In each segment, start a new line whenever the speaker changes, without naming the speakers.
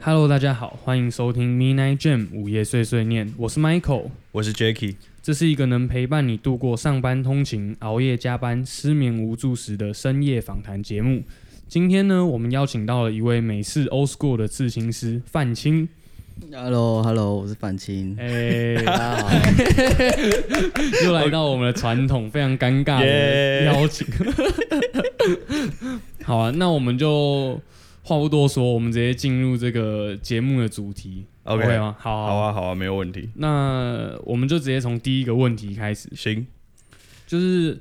Hello，大家好，欢迎收听 Midnight Jam 午夜碎碎念，我是 Michael。
我是 Jacky，
这是一个能陪伴你度过上班通勤、熬夜加班、失眠无助时的深夜访谈节目。今天呢，我们邀请到了一位美式 old school 的刺青师范青。
Hello，Hello，我是范青。
哎、
大家好，
又来到我们的传统非常尴尬的
Yeah
邀请。 好啊，那我们就话不多说，我们直接进入这个节目的主题。
OK
可以吗？好
好。啊，好啊，没有问题。
那我们就直接从第一个问题开始，
行，
就是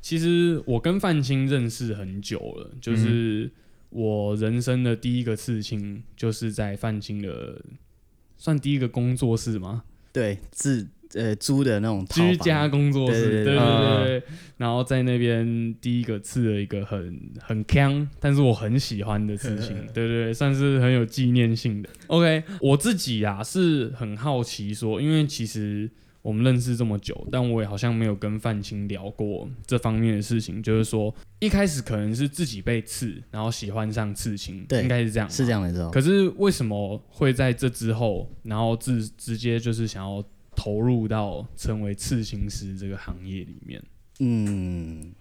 其实我跟范青认识很久了，就是我人生的第一个刺青就是在范青的算第一个工作室吗？
对，自呃租的那种套房
居家，工作室，对
对对对嗯
对对。然后在那边第一个刺了一个很很强，但是我很喜欢的刺 青，对对对，算是很有纪念性的。OK，我自己啊是很好奇说，因为其实。我们认识这么久，但我也好像没有跟范青聊过这方面的事情。就是说，一开始可能是自己被刺，然后喜欢上刺青，
对
应该是这样吧，
是这样没错。
可是为什么会在这之后，然后直直接就是想要投入到成为刺青师这个行业里面？
嗯，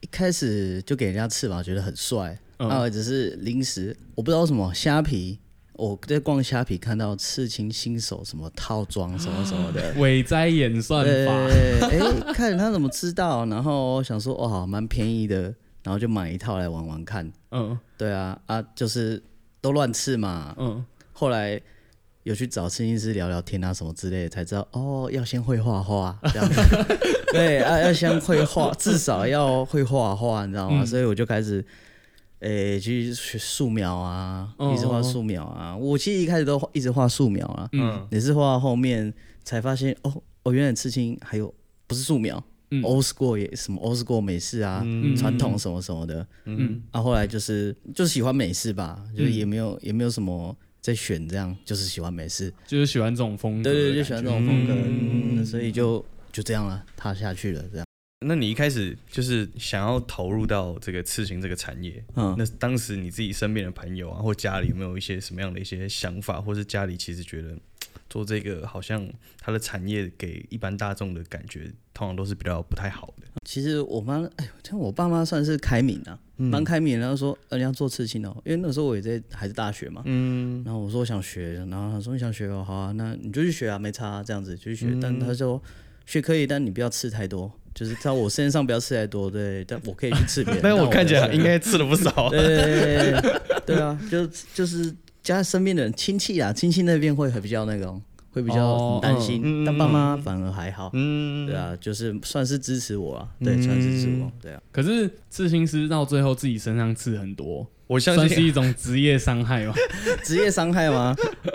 一开始就给人家翅膀，觉得很帅。
嗯。
那、我只是临时，我不知道为什么虾皮，我在逛虾皮看到刺青新手什么套装什么什么的
伟哉演算法，
对，哎、看他怎么知道，然后想说，哇，蛮便宜的，然后就买一套来玩玩看。
嗯
对啊，啊，就是都乱刺嘛，
嗯，
后来有去找刺青师聊聊天啊什么之类的，才知道哦，要先会画画这样 子。对啊，要先会画，至少要会画画，你知道吗？
嗯
所以我就开始。诶、去学素描啊，
哦
一直画素描啊。我其实一开始都画一直画素描啊，
嗯
嗯，
也是画到后面才发现，哦，哦，原来刺青还有不是素描、
嗯
o l d school 也什么 old school 美式啊，
嗯
传、统什么什么的。
嗯
啊，后来就是就喜欢美式吧，就是也没有、也没有什么在选这样，就是喜欢美式，
就是喜欢这种风格，
对对，就喜欢这种风格，
嗯
嗯所以就就这样了，踏下去了这样。
那你一开始就是想要投入到这个刺青这个产业，
嗯，
那当时你自己身边的朋友啊，或家里有没有一些什么样的一些想法，或是家里其实觉得嘖做这个好像它的产业给一般大众的感觉，通常都是比较不太好的。
其实我妈，哎呦，像我爸妈算是开明啊，
嗯
蛮、开明的。然后说，呃，你要做刺青哦，因为那时候我也在还是大学嘛。
嗯，，
然后我说我想学，然后他说你想学哦，好啊，那你就去学啊，没差、啊、这样子就去学。但他说学可以，但你不要吃太多，就是在我身上不要吃太多，对。但我可以去吃别 人
但
但
我看起
不
来
要
应该刺了不少啊。
对对啊，就就是家身边的人亲戚啊，亲戚那边会很比较那种，会比较
哦
很担心，
嗯嗯
但爸妈反而还好。
嗯，
对啊，就是算是支持我啊，对，算是支持
嗯
我，对啊，
可是刺青师到最后自己身上刺很多，
我相
算是
信
一种职业伤害 吧。
职业伤害吗？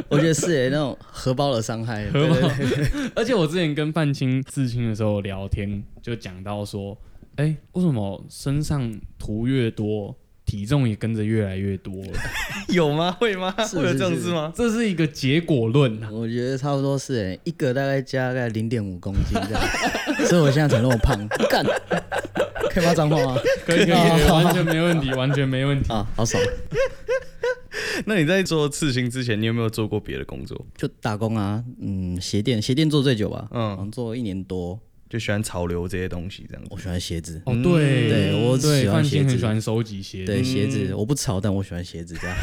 我觉得是欸诶，那种荷包的伤害，
荷包
对对 对
而且我之前跟范青刺青的时候聊天，就讲到说，哎、为什么身上涂越多，体重也跟着越来越多了？
有吗？会吗？
是
会有
是
这种
是
事吗？
这是一个结果论啊。
我觉得差不多是诶，一个大概加大概零点五公斤这样， 所以我现在才那么胖，干，可以骂脏话 吗？
可以可以，可以完全没问题，完全没问题。
啊，好爽，
那你在做刺青之前，你有没有做过别的工作？
就打工啊，嗯，鞋店，鞋店做最久吧，
嗯
好像做一年多，
就喜欢潮流这些东西，这样子。
我喜欢鞋子，
哦，
嗯
对，
对我
对
喜欢
范
鞋
青很
子
喜欢嗯收集鞋，
对鞋子，我不潮，但我喜欢鞋子这样。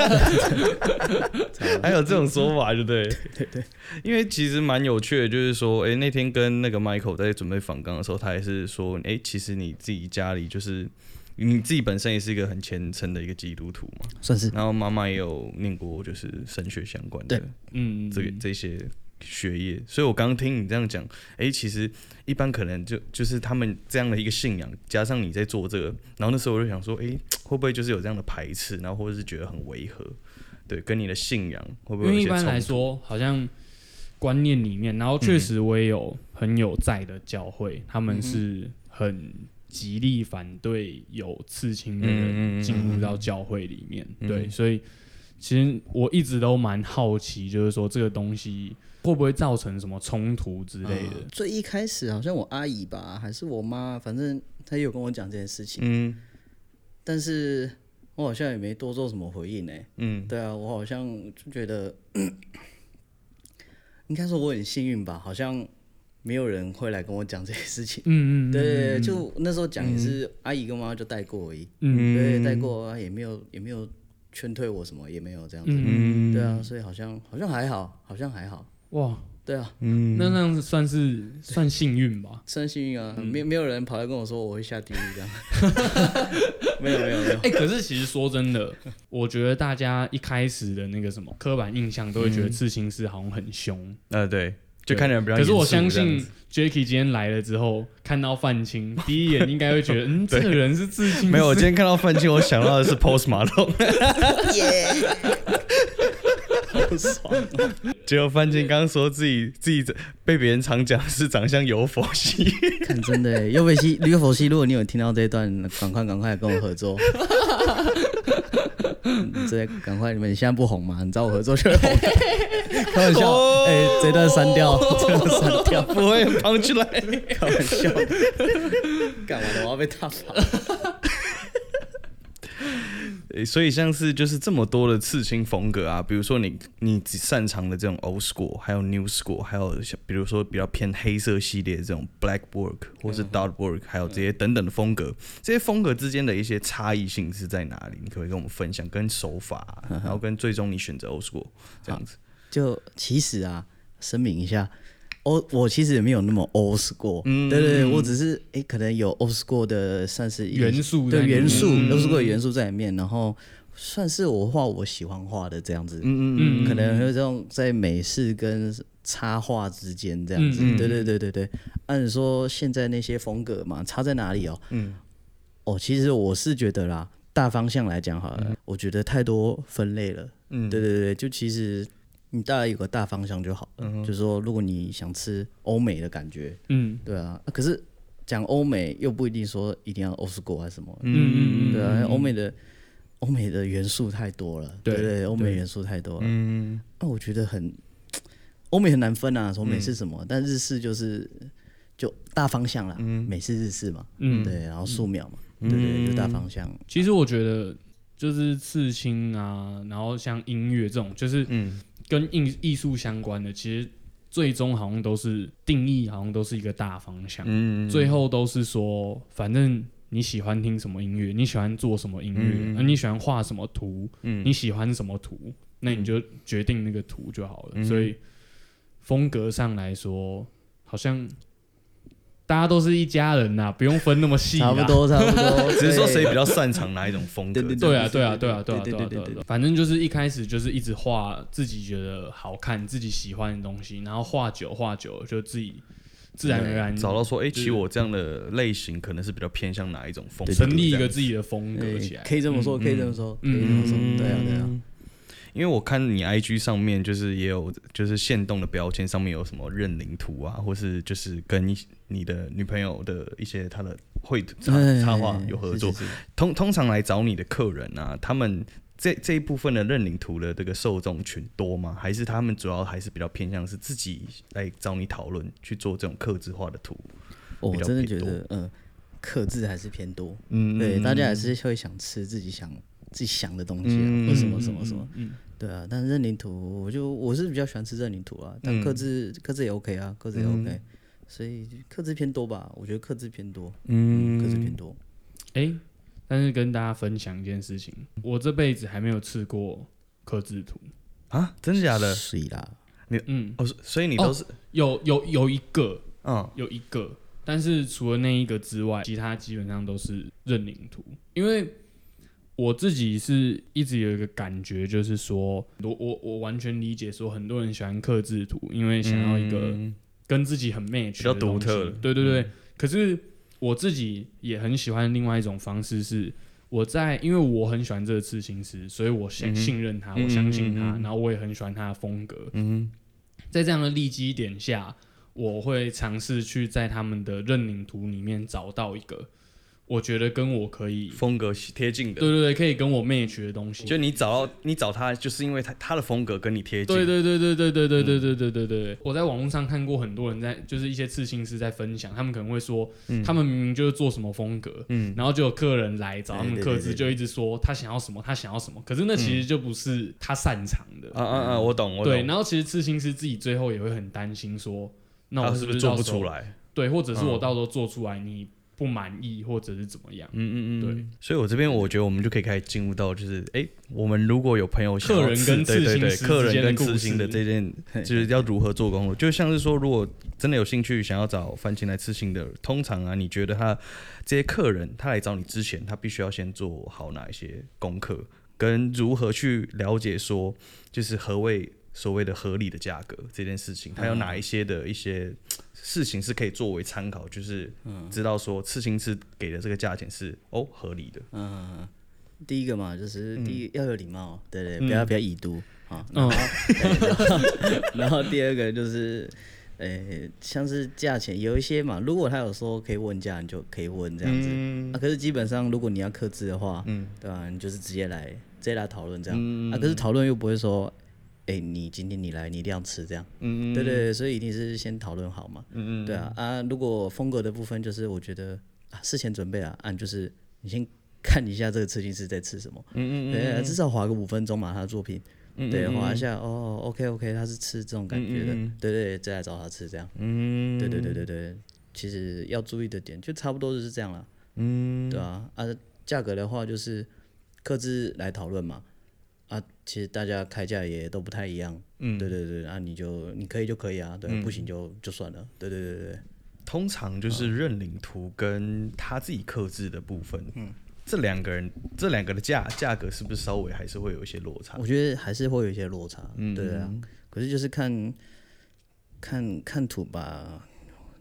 还有这种说法，对不对？对对因为其实蛮有趣的，就是说，哎、那天跟那个 Michael 在准备访纲的时候，他也是说，哎、其实你自己家里就是你自己本身也是一个很虔诚的一个基督徒嘛，
算是
然后妈妈也有念过就是神学相关的
对
嗯，
这个这些学业，所以我刚刚听你这样讲，哎、其实一般可能就就是他们这样的一个信仰，加上你在做这个，然后那时候我就想说，哎、会不会就是有这样的排斥，然后或者是觉得很违和，对，跟你的信仰会不
因
会有
为
一
一
些
般来
冲突？嗯
说好像观念里面，然后确实我也有很有在的教会，他们是很极力反对有刺青的人
嗯嗯嗯嗯
进入到教会里面，
嗯
对，所以其实我一直都蛮好奇，就是说这个东西会不会造成什么冲突之类的
啊。最一开始好像我阿姨吧，还是我妈，反正她也有跟我讲这件事情，
嗯
但是我好像也没多做什么回应呢、
嗯，
对啊，我好像就觉得， 应该说我很幸运吧，好像没有人会来跟我讲这些事情。
嗯嗯，
对对，对就那时候讲也是阿姨跟妈妈就带过而已，
嗯
对，带过啊，也没有也没有劝退我什么，也没有这样子。
嗯
对啊，所以好像好像还好，好像还好。
哇，
对啊，
嗯，
那那样子算是算幸运吧。
算幸运啊，没没有人跑来跟我说我会下地狱这样。没有没有没 有，
哎、可是其实说真的，我觉得大家一开始的那个什么刻板印象，都会觉得刺青师好像很凶。
呃，对，就看起来比较
可
严肃这样子。
是我相信 Jacky 今天来了之后，看到范 青，第一眼应该会觉得，嗯，这个人是刺青师。
没有，我今天看到范进，我想到的是 Post Malone，
好爽啊。
结果范进刚刚说自己自己被别人常讲是长相有佛系，
看，真的耶，尤北西、吕佛西，如果你有听到这一段，赶快赶快跟我合作。嗯这赶快，你们现在不红吗？你找我合作就会红的。开玩
哦
笑，哎、这段删掉，这段删掉，
不会帮出来。
开玩笑的。干完了，我要被大罚。
诶所以像是就是这么多的刺青风格啊，比如说你你只擅长的这种 old school，还有 new school，还有像比如说比较偏黑色系列这种 black work 或
嗯
是 dark work，还有这些等等的风格，这些风格之间的一些差异性是在哪里？你可不可以跟我们分享？跟手法啊、然后跟最终你选择 old school 这样子。
就其实啊，声明一下，我我其实也没有那么 old school，、
嗯
对对对，我只是哎、诶可能有 old school 的算是一
元素在
对
里面嗯
元素、old school 的元素在里面，然后算是我画我喜欢画的这样子，
嗯
嗯
可能有这种在美式跟插画之间这样子，
嗯嗯
对对对对对。按理说现在那些风格嘛，差在哪里哦？
嗯
哦，其实我是觉得啦，大方向来讲好了，我觉得太多分类了。
嗯
对对对，就其实你大概有个大方向就好了。就是说，如果你想吃欧美的感觉，
嗯
对啊，啊可是讲欧美又不一定说一定要欧式国还是什么，
嗯嗯嗯，
对啊，欧美的欧美的元素太多了，
对
对对，欧美
对
元素太多了。
嗯
那、我觉得很，欧美很难分啊，从美式什
嗯
么，但日式就是就大方向啦，美式日式嘛，
嗯
对，然后素描嘛，
嗯
对对，就大方向，
其实我觉得就是刺青啊，然后像音乐这种，就是
嗯
跟艺艺术相关的，其实最终好像都是定义，好像都是一个大方向。
嗯
最后都是说，反正你喜欢听什么音乐，你喜欢做什么音乐，
嗯
啊你喜欢画什么图，
嗯
你喜欢什么图，那你就决定那个图就好了。
嗯
所以风格上来说，好像大家都是一家人呐、不用分那么细、啊
差不。多差不多，
啊 只是说
对
谁比较擅长哪一种风格
对对
对啊，对啊，
对
对啊，对啊，对
对
啊，对
对
啊
对对
对啊，反正就是一开始就是一直画自己觉得好看、自己喜欢的东西，然后画久画久了就自己自然而然
找到说，哎、其实我这样的类型可能是比较偏向哪一种风格，
成立一
这
个
样
自己的风格起来
对。可以这么
嗯
说，可以这么说，可以这么说，对啊对啊，
因为我看你 IG 上面就是也有就是限动的标签，上面有什么认领图啊，或是就是跟你的女朋友的一些她的绘图插
哎
插画有合作。
是是是
通通常来找你的客人啊，他们这这一部分的认领图的这个受众群多吗？还是他们主要还是比较偏向是自己来找你讨论去做这种刻字化的图？
我
比较
真的
偏
觉
多
得，嗯，克制还是偏多，
嗯
对，大家还是会想吃自己想自己想的东西啊，或什么什么什么。
嗯，
对啊，但是认领图，我就我是比较喜欢吃认领图啊，但
嗯
克制克制也 OK 啊，克制也 OK，、所以克制偏多吧，我觉得克制偏多，嗯，克制偏多，
哎、但是跟大家分享一件事情，我这辈子还没有吃过刻字图。
啊，真的假的？
是啦，
嗯，
哦，所所以你都是、
有有有一个
嗯
有一个，但是除了那一个之外，其他基本上都是认领图。因为我自己是一直有一个感觉，就是说我我我完全理解，说很多人喜欢刻字图，因为想要一个跟自己很 match
比较
的东
独特
西
的
对对对，可是我自己也很喜欢另外一种方式是。我在，因为我很喜欢这个刺青师，所以我信信任他，我相信他，然后我也很喜欢他的风格。
嗯
在这样的利基点下，我会尝试去在他们的认领图里面找到一个我觉得跟我可以，
风格贴近
对
的，
对对，可以跟我 match 的东西。
就你找到你找他，就是因为他他的风格跟你贴近，
对对对对对对对对对对对对，嗯我在网络上看过很多人在，就是一些刺青师在分享，他们可能会说，他们明明就是做什么风格，
嗯
然后就有客人来找他们
对对
刻
对
字，
对
就一直说他想要什么，他想要什么，可是那其实就不是他擅长的，
啊啊啊，我懂我懂，
对。然后其实刺青师自己最后也会很担心说，那
他
我
是
不
不是
是
做
到
不
时候
出？来？
对，或者是我到时候做出来你不满意，或者是怎么样？
嗯嗯嗯，
对。
所以我这边我觉得我们就可以开始进入到就是，哎、我们如果有朋友想要
客人跟
刺
刺
对对
青师
对，客
之间
人
的
跟
故事
刺青的这件，
嘿
就是要如何做工作，就像是说，如果真的有兴趣想要找番茄来刺青的，通常啊，你觉得他这些客人他来找你之前，他必须要先做好哪一些功课，跟如何去了解说，就是何谓所谓的合理的价格这件事情，他有哪一些的一些事情是可以作为参考，就是知道说刺青师给的这个价钱是哦合理的。
嗯，第一个嘛，就是第一、要有礼貌，对对，不要不要已读啊。然
嗯
后， 对然后然后第二个就是，呃、像是价钱，有一些嘛，如果他有说可以问价，你就可以问这样子。
嗯
啊，可是基本上如果你要克制的话，
嗯
对吧、你就是直接来直接来讨论这样。啊，可是讨论又不会说，哎、你今天你来，你一定要吃这样。
嗯
对对对，所以一定是先讨论好嘛。
嗯
对啊啊，如果风格的部分，就是我觉得啊，事前准备啊，啊，就是你先看一下这个刺青师在吃什么，
嗯嗯
对啊，至少划个五分钟嘛，他的作品，
嗯
对，划一下，哦，OK OK，他是吃这种感觉的，
嗯嗯
对对，再来找他吃这样，
嗯，
对对对对对，其实要注意的点就差不多就是这样啦，
嗯
对啊啊，价格的话就是各自来讨论嘛。啊，其实大家开价也都不太一样，
嗯
对对对，啊，你就你可以就可以啊，对，不行就就算了，对对对对对。
通常就是认领图跟他自己克制的部分，嗯，这两个人这两个的价价格是不是稍微还是会有一些落差？
啊我觉得还是会有一些落差，
嗯
对啊。可是就是看看看图吧，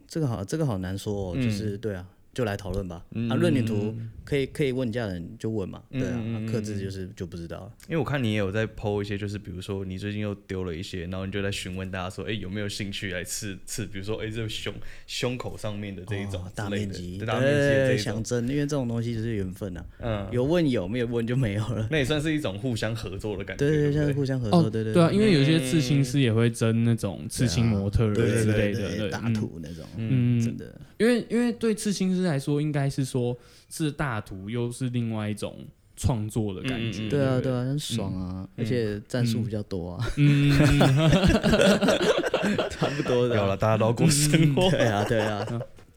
这个好这个好难说、哦，
嗯
就是对啊，就来讨论吧。啊，论点图可以可以问家人就问嘛，对啊，
嗯
啊克制就是就不知道了。
因为我看你也有在剖一些，就是比如说你最近又丢了一些，然后你就在询问大家说，哎、有没有兴趣来刺刺？比如说，哎、这个胸胸口上面的这一种之类的、
哦大面积，
对大面积的这一
想
种，
争，因为这种东西就是缘分啊，
嗯，
有问有，没有问就没有了。
那也算是一种互相合作的感觉，
对对，
对
像是
不对
互相合
哦，
作，对对
对啊，因为有一些刺青师也会争那种刺青模特儿
对对
之类
对
的，
对，
对
大
嗯
图那种，
嗯
真的，
因为因为对刺青师来说，应该是说是大图，又是另外一种创作的感觉。
嗯嗯嗯
对啊
不
对啊，很爽
嗯
啊，而且战术比较多啊，
嗯，嗯嗯
差不多的
有
啊。
了， 大家都要过生活，
对 啊，对啊，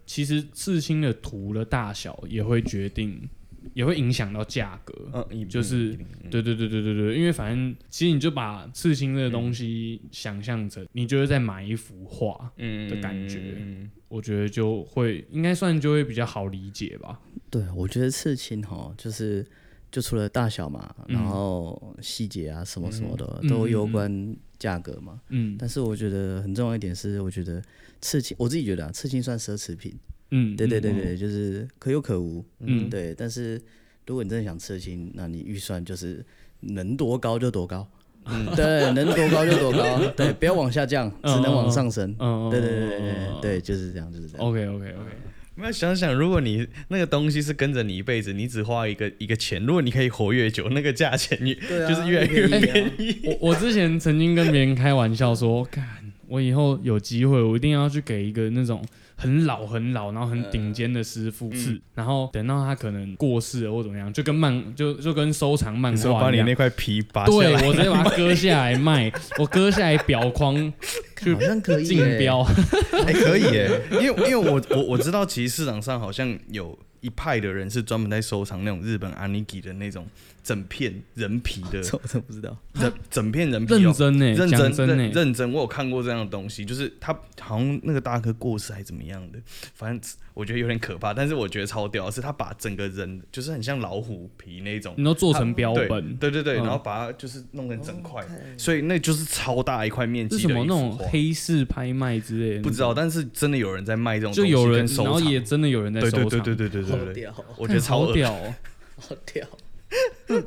其实刺青的图的大小也会决定，也会影响到价格。
嗯，一定
就是
一定嗯
对对对对对对，因为反正其实你就把刺青这个东西想象成，你就是在买一幅画，
嗯
的感觉
嗯
我觉得就会应该算就会比较好理解吧。
对，啊我觉得刺青哈，就是就除了大小嘛，
嗯
然后细节啊什么什么的、
嗯
都有关价格嘛。
嗯
但是我觉得很重要一点是，我觉得刺青，我自己觉得啊，刺青算奢侈品。
嗯，
对对
嗯
对，对，就是可有可无。
嗯
对。但是如果你真的想刺青，那你预算就是能多高就多高。
嗯
对，能多高就 多高，对，不要往下降，只能往上升。
嗯，哦
对对对对对对，就是这样，就是这样。
，OK OK OK，
你要想想，如果你那个东西是跟着你一辈子，你只花一个一个钱，如果你可以活越久，那个价钱你、
对啊
就是越来越
越便宜
便
啊
宜。
我我之前曾经跟别人开玩笑说， 干，我以后有机会，我一定要去给一个那种很老很老，然后很顶尖的师
嗯
傅刺，然后等到他可能过世了或怎么样，就跟漫就就跟收藏漫
你说
画
把
一
你
样
那。块皮拔下
对
来，
我直接把它割下来卖，我割下来表框
好像可以
竞
耶
标。
哎、可以耶， 因为因为我我我知道，其实市场上好像有一派的人是专门在收藏那种日本 aniki 的那种整片人皮 的
这我真不知道。
整整片人皮、哦，
认真呢、
认
讲
真
真欸呢、
认认真，我有看过这样的东西，就是他好像那个大哥过世还怎么样的，反正我觉得有点可怕，但是我觉得超屌，是他把整个人就是很像老虎皮那种
你都做成标本，
对对对，
嗯
然后把它就是弄成整块，所以那就是超大一块面积
是什
的
么
一
那
幅
种
画
黑市拍卖之类的，
不知道，但是真的有人在卖这种
就
东西
有人，
跟收
然后
藏
也真的有人在
对
收
对
藏，
对对对对对对，
屌，
我觉得
看
超
好
恶
屌、哦，
好屌！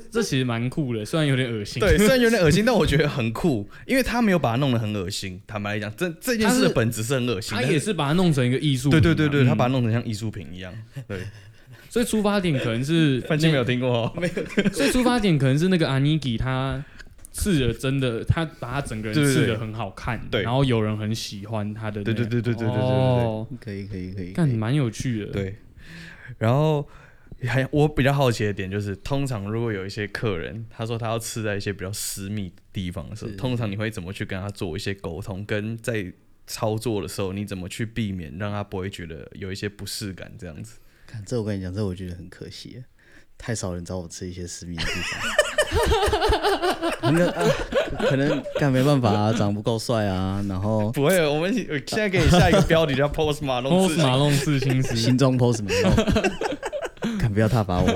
这其实蛮酷的，虽然有点恶心。
对，虽然有点恶心，但我觉得很酷，因为他没有把它弄得很恶心。坦白来讲，这这件
他
事
是
的本质是很恶心，
他
但
也
是
是把它弄成一个艺术、啊
对对对对，他把它
它，
弄成像艺术品一样。对，
所以出发点可能是
嗯 范进没有听过哦，
所以出发点可能是那个阿尼基他刺的真的，他把他整个人
对对对
刺的很好看，
对
然后有人很喜欢他的那个，
对对对对对对对对对
哦，
可以可以可以，
干蛮有趣的，，
对，然后还我比较好奇的点就是，通常如果有一些客人他说他要吃在一些比较私密的地方的时候，
是
通常你会怎么去跟他做一些沟通，跟在操作的时候你怎么去避免让他不会觉得有一些不适感这样子？
看这我跟你讲，这我觉得很可惜，太少人找我吃一些私密的地方。 那、啊、可能干没办法啊，长不够帅啊，然后
不会，我们我现在给你下一个标题叫 Post Malone
哦，
刺
是马龙刺青师
心，中 pose 没 有，看不要踏伐我。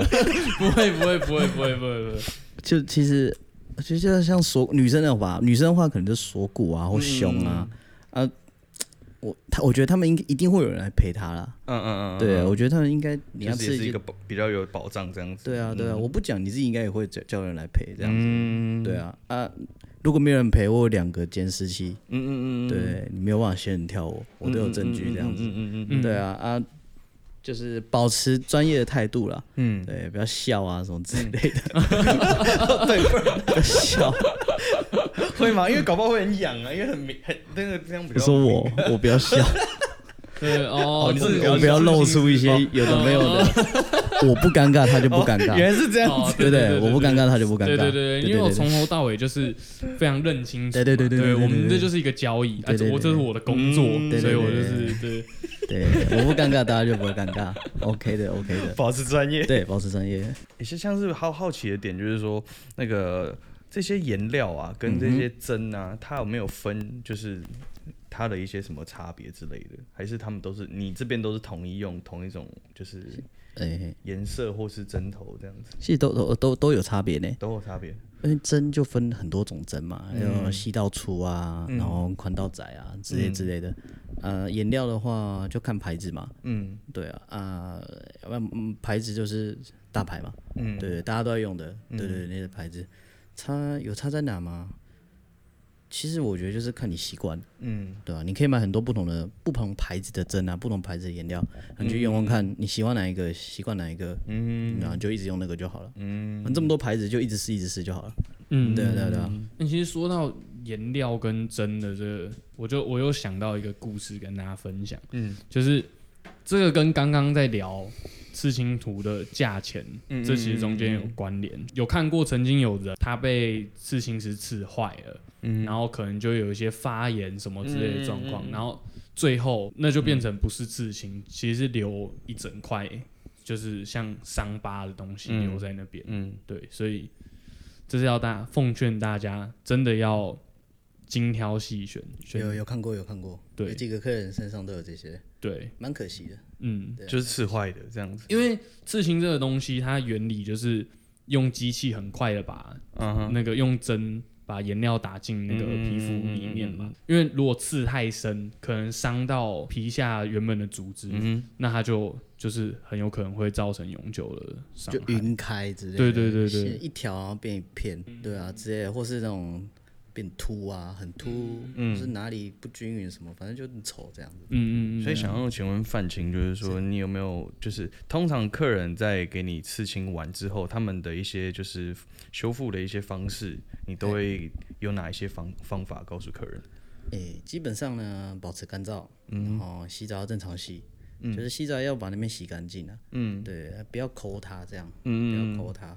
不会不会不会不会不会不会，
就其实其实就像锁女生的话，女生的话可能就锁骨啊或胸啊、
嗯
啊，我他我觉得他们应一定会有人来陪她啦。
嗯嗯嗯，
对，
嗯
我觉得他们应该你要
就是也
吃
是
一
一
些
个保嗯比较有保障这样子。
对啊，对啊，我不讲，你自己应该也会叫叫人来陪这样子。
嗯
对啊，啊，如果没有人陪，我有两个监视器，
嗯嗯嗯，嗯，
对你没有办法先人跳我，我都有证据这样子。
嗯嗯嗯嗯
嗯
对啊，啊，就是保持专业的态度啦，
嗯，
对，不要笑啊什么之类的，
对，不然
不要 笑。
会吗？因为搞不好会很痒啊，因为很明很那个这样比
我
较。
说我，我不要笑，
对哦
哦，你
这
是
个
我不要露出一些有的没有的， 我不尴尬，他就不尴
哦
尬，
原来是这样
哦
子。
对不对？我不尴。尬，他就不尴尬。
对对对对，因为我
对
从头到尾就是非常认清楚嘛，
对对对对
对，
对对对
我们
对
这就是一个交易，啊
对对对
我这是我的工作，
嗯
所以我
对
就
对对
是对，
对，我不尴尬，大家就不会尴尬。OK 的，OK 的，
保持专业，
对，保持专业。
也是像是好好奇的点，就是说那个这些颜料啊，跟这
嗯
些针啊，它有没有分就是它的一些什么差别之类的？还是他们都是你这边都是统一用同一种就是
哎、
颜色或是针头这样子，
其实都都都都有差别呢，
都有差别？
因为针就分很多种针嘛，有细到粗啊，然后宽到窄啊，之类之类的。呃，颜料的话就看牌子嘛，
嗯
对啊，啊、要不然嗯牌子就是大牌嘛，
嗯，
对，大家都在用的，对对对，那些牌子差有差在哪吗？其实我觉得就是看你习惯，
嗯
对啊吧、你可以买很多不同的、不同牌子的针啊，不同牌子的颜料，你去用用看，你喜欢哪一个，习惯哪一个，嗯，然后就一直用那个就好了。嗯，这么多牌子就一直试，一直试就好了。
嗯，
对啊，对啊，对啊，
那其实说到颜料跟针的这个，我就我又想到一个故事跟大家分享，
嗯
就是这个跟刚刚在聊刺青图的价钱，
嗯
这其实中间有关联。有看过曾经有人他被刺青师刺坏了，
嗯
然后可能就有一些发炎什么之类的状况，
嗯嗯嗯
然后最后那就变成不是刺青，其实是留一整块，就是像伤疤的东西
嗯
留在那边。
嗯，
对，所以这是要大奉劝大家，真的要精挑细选，
有
选
有看过，有看过，
对
有几个客人身上都有这些，
对，
蛮可惜的。
嗯，
就是刺坏的这样子。
因为刺青这个东西，它原理就是用机器很快的把
嗯哼，嗯
那个用针把颜料打进那个皮肤里面嘛，因为如果刺太深，可能伤到皮下原本的组织，
嗯
那它就就是很有可能会造成永久的伤
就
害。
晕开之类的，
对对对对嗯
是一条然后变一片，对啊，之类的，或是那种变凸啊，很凸，
嗯
或是哪里不均匀什么，反正就很丑这样子。
嗯嗯嗯，
所以想要请问范青，就是说你有没有就是通常客人在给你刺青完之后，他们的一些就是修复的一些方式，你都会有哪一些方方法告诉客人？
诶、基本上呢，保持干燥，然后洗澡要正常洗，就是洗澡要把那边洗干净啊，嗯，对，不要抠它这样，嗯，不要抠它，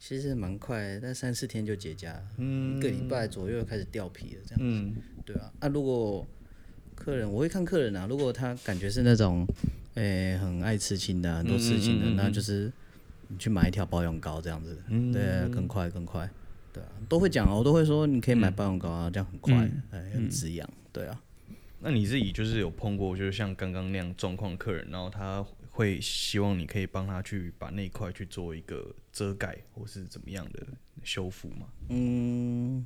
其实蛮快，但三四天就结痂了，嗯，一个礼拜左右开始掉皮了这样子，对啊，啊，如果客人我会看客人啊，如果他感觉是那种，诶、很爱吃青的啊、很多吃青的，那就是你去买一条保养膏这样子，对，啊更快更快。对啊，都会讲哦，我都会说你可以买保养膏啊，这样很快，哎、很止痒。对啊，
那你自己就是有碰过，就是像刚刚那样状况客人，然后他会希望你可以帮他去把那一块去做一个遮盖，或是怎么样的修复吗？
嗯，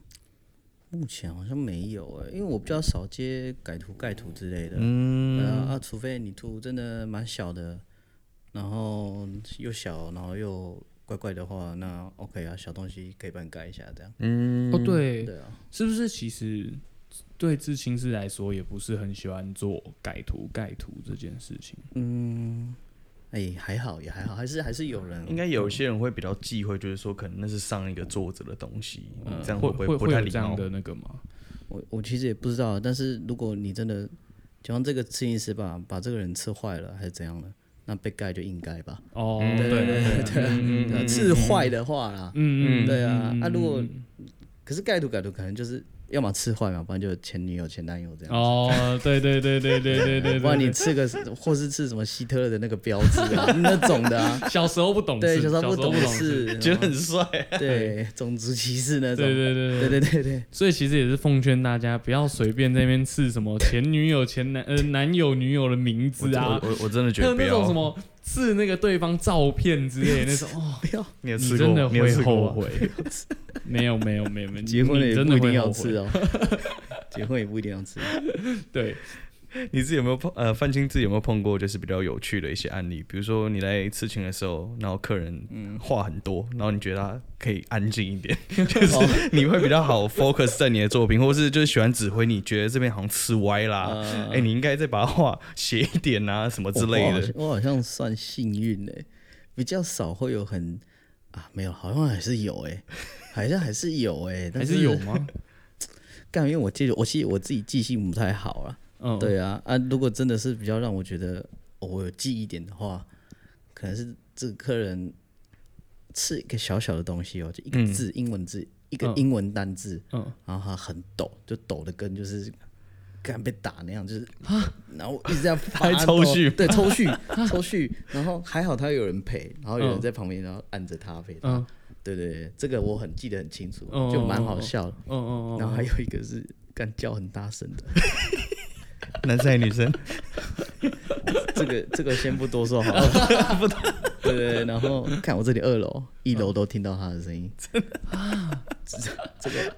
目前好像没有哎、因为我比较少接改图、盖图之类的。嗯，啊，啊除非你图真的蛮小的，然后又小，然后又怪怪的话，那 OK 啊，小东西可以帮你盖一下这样。
哦对，
对啊，
是不是其实对至亲师来说，也不是很喜欢做改图盖图这件事情？
哎，还好，也还好，还是还是有人
应该有些人会比较忌讳，就是说可能那是上一个作者的东西，
嗯
这样
会
不
会
会不太
有
礼
这样
貌？
的那个吗？
我我其实也不知道，但是如果你真的，就像这个摄影师吧，把这个人刺坏了还是怎样的，那被盖就应该吧。
哦，
嗯
对
对
对
对啊对啊，刺坏的话 啦，
嗯嗯，
对啊
嗯
啊如果可是盖图改图可能就是要么刺坏嘛，不然就前女友前男友这样。
哦，对对对对对对对，
不然你
对
刺个，或是刺什么希特勒的那个标志 啊，那种的啊，
小时候不懂
对，
事，
小
小
时候不懂
懂事，
事，
觉得很帅，
对种族歧视那种，
对对对
对对对对，
所以其实也是奉劝大家不要随便在那边刺什么前女友、前男呃男友、女友的名字啊，
我我我真的觉
还有
得不
那种什
要，
么刺那个对方照片之类的那种， 哦，
不要
你有
你
吃
真的
过？你有
会
吃
后
过吗？
悔。 没有没有没有没有，
结婚了
你
也
真
不
的
一
会
定
后
要
悔
吃。哦， 结婚也不一定 要吃，
对，
你自己有没有碰？呃，范青自己有没有碰过就是比较有趣的一些案例？比如说你来刺青的时候，然后客人话很多，然后你觉得他可以安静 一点，就是你会比较好 focus 在你的作品，或是就是喜欢指挥，你觉得这边好像吃歪啦，哎、你应该再把话写一点啊，什么之类的。
我。我好像我好像算幸运呢、比较少会有很啊，没有，好像还是有哎、好像还是有哎、但
还
是
是有吗？
干，因为我记得我记我自己记性不太好啊。
嗯，
对啊啊，如果真的是比较让我觉得、哦我有记忆点的话，可能是这个客人吃一个小小的东西哦，就一个
嗯
字，英文字，一个
嗯
英文单字，
嗯，
然后他很抖，就抖的跟就是刚被打那样，就是啊，然后一直在发
还抽
抖
搐
对，抽搐， 抽搐，然后还好他有人陪，然后有人在旁边，然后按着他陪他，
嗯
对对对，这个我很记得很清楚，
哦
就蛮好笑的。
嗯嗯嗯，
然后还有一个是干叫很大声的，
男生还是女生？
这个这个先不多说好了，对对对，然后看我这里二楼、一楼都听到他的声音，这个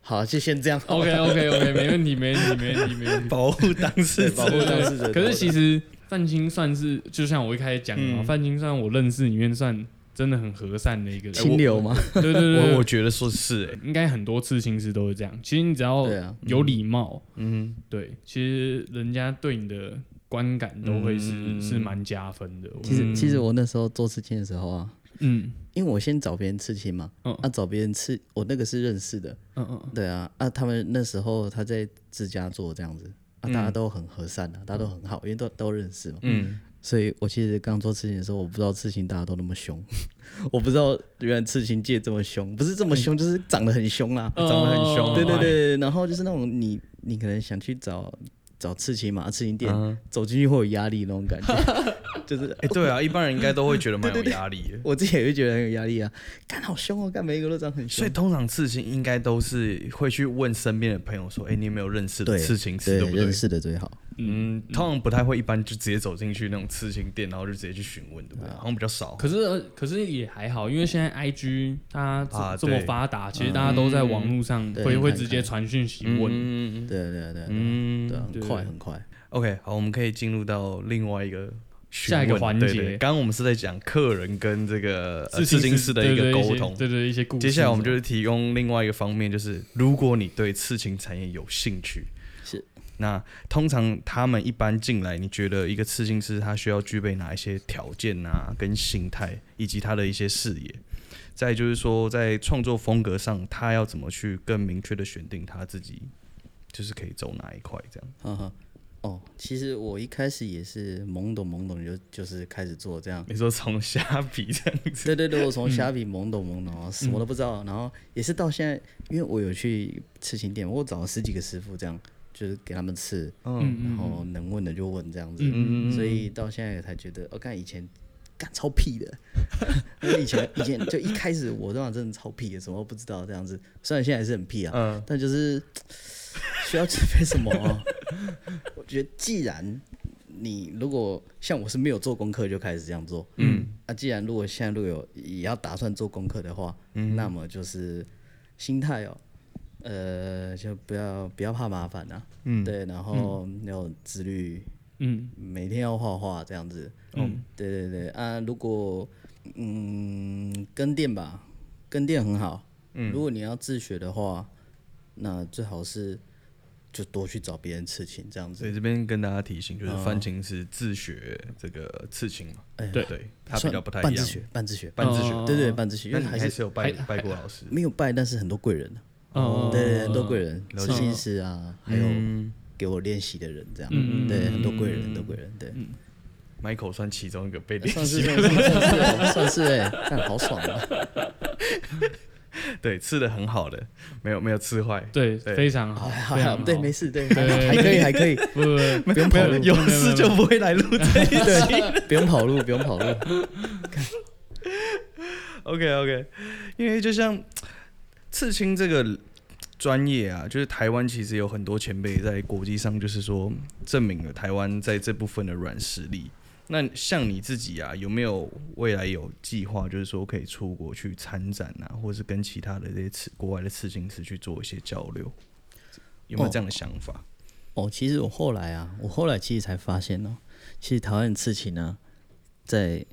好就先这样
OK OK OK，没问题没问题没问题没问 题。
保护当事
对保
者。
护当事者。
可是其实范青算是，就像我一开始讲的嘛，
嗯
范青算我认识里面算真的很和善的一个人。
清流吗？
对对对 对
我我觉得说是哎、
应该很多刺青师都是这样。其实你只要
对啊
有礼貌，
嗯，
对，其实人家对你的观感都会是、
嗯
是蛮加分的。我
其实其实我那时候做刺青的时候啊，
嗯
因为我先找别人刺青嘛，
嗯
啊找别人刺，我那个是认识的，
嗯嗯
对啊，啊他们那时候他在自家做这样子，啊大家都很和善啊，大家都很好，因为都都认识嘛，
嗯，
所以我其实刚做刺青的时候，我不知道刺青大家都那么凶， 我不知道原来刺青界这么凶，不是这么凶，就是长得很凶啦，
嗯，
长得很
哦
凶
对对，对，然后就是那种你你可能想去找找刺青嘛，啊刺青店、
嗯
走进去会有压力那种感觉， 就是
哎、对啊，一般人应该都会觉得蛮有压力的。
我自己也会觉得很有压力啊，干好凶哦，干每一个都长很
所
凶
以。通常刺青应该都是会去问身边的朋友说：“哎、你有没有认识的
对，
刺青师，
对
对不对
认识的最好。？”
嗯，通常不太会一般就直接走进去那种刺青店，然后就直接去询问，对不对？好像比较少。
可是呃可是也还好，因为现在 IG 它这,、
啊
这么
对
发达，其实大家都在网络上
嗯对
会、
看
会
看
直接传讯息
嗯
问。
嗯嗯
对对对对，
嗯
对啊，
对
很快很快。
OK，好，我们可以进入到另外一个询
下一个
问
环
对
节
对刚刚我们是在讲客人跟这个
青
呃刺青
师
师的一个沟通，
对对对一些
嗯
故事。
接下来我们就是提供另外一个方面，就是如果你对刺青产业有兴趣，
是
那通常他们一般进来，你觉得一个刺青师他需要具备哪一些条件啊，跟心态，以及他的一些视野？再就是说，在创作风格上，他要怎么去更明确的选定他自己，就是可以走哪一块这样？
哈哈。哦，其实我一开始也是懵懂懵懂就就是开始做这样。
你说从虾皮这样子，
对对对，我
嗯
从虾皮懵懂懵懂，然后什么都不知道，然后也是到现在，因为我有去刺青店，我找了十几个师傅这样，就是给他们刺，
嗯
然后能问的就问这样子，
嗯
所以到现在才觉得，我、哦、看以前干超屁的， 我以前以前就一开始我这样真的超屁的，什么都不知道这样子，虽然现在还是很屁啊，
嗯
但就是需要准备什么、哦？我觉得既然你如果像我是没有做功课就开始这样做，嗯，那、既然如果现在如果有也要打算做功课的话，嗯，那么就是心态哦，呃，就不要不要怕麻烦啊，嗯，对，然后要自律，
嗯
每天要画画这样子。嗯，对对对啊，如果嗯跟店吧，跟店很好。嗯，如果你要自学的话，那最好是就多去找别人刺青这样
所
子。
以这边跟大家提醒，就是范青是自学这个刺青嘛，
哦哎
对
对，他比
算
较不太
半
一
自
样。
学，半自学，
半自学
哦
对对，半自学，因
那
为
你
还
还
是
是有
还
拜拜过老师，
没有拜，但是很多贵人啊，
哦
对对，很多贵人，
了
刺
解
青师啊，还有
嗯
给我练习的人这样，
嗯
对，很多贵人，很多贵人，对。
嗯，Michael 算其中一个被
算
练
是
习，
算是算是算是 哎，干好爽啊！
对，刺的很好的，没有没有刺坏，
对，
对
非常好，
还好
非
还
常
好，
好
哎对，没事，对，
对
还可以还可以，
不 不不
不用跑路，
有事就不会来录这一集。
对，不用跑路，不用跑路，
OK OK，因为就像刺青这个专业啊，就是台湾其实有很多前辈在国际上，就是说证明了台湾在这部分的软实力。那像你自己啊，有没有未来有计划，就是说可以出国去参展啊，或是跟其他的这些刺国外的刺青师去做一些交流？有没有
哦
这样的想法？
哦，其实我后来啊，我后来其实才发现哦，其实台湾的刺青呢、在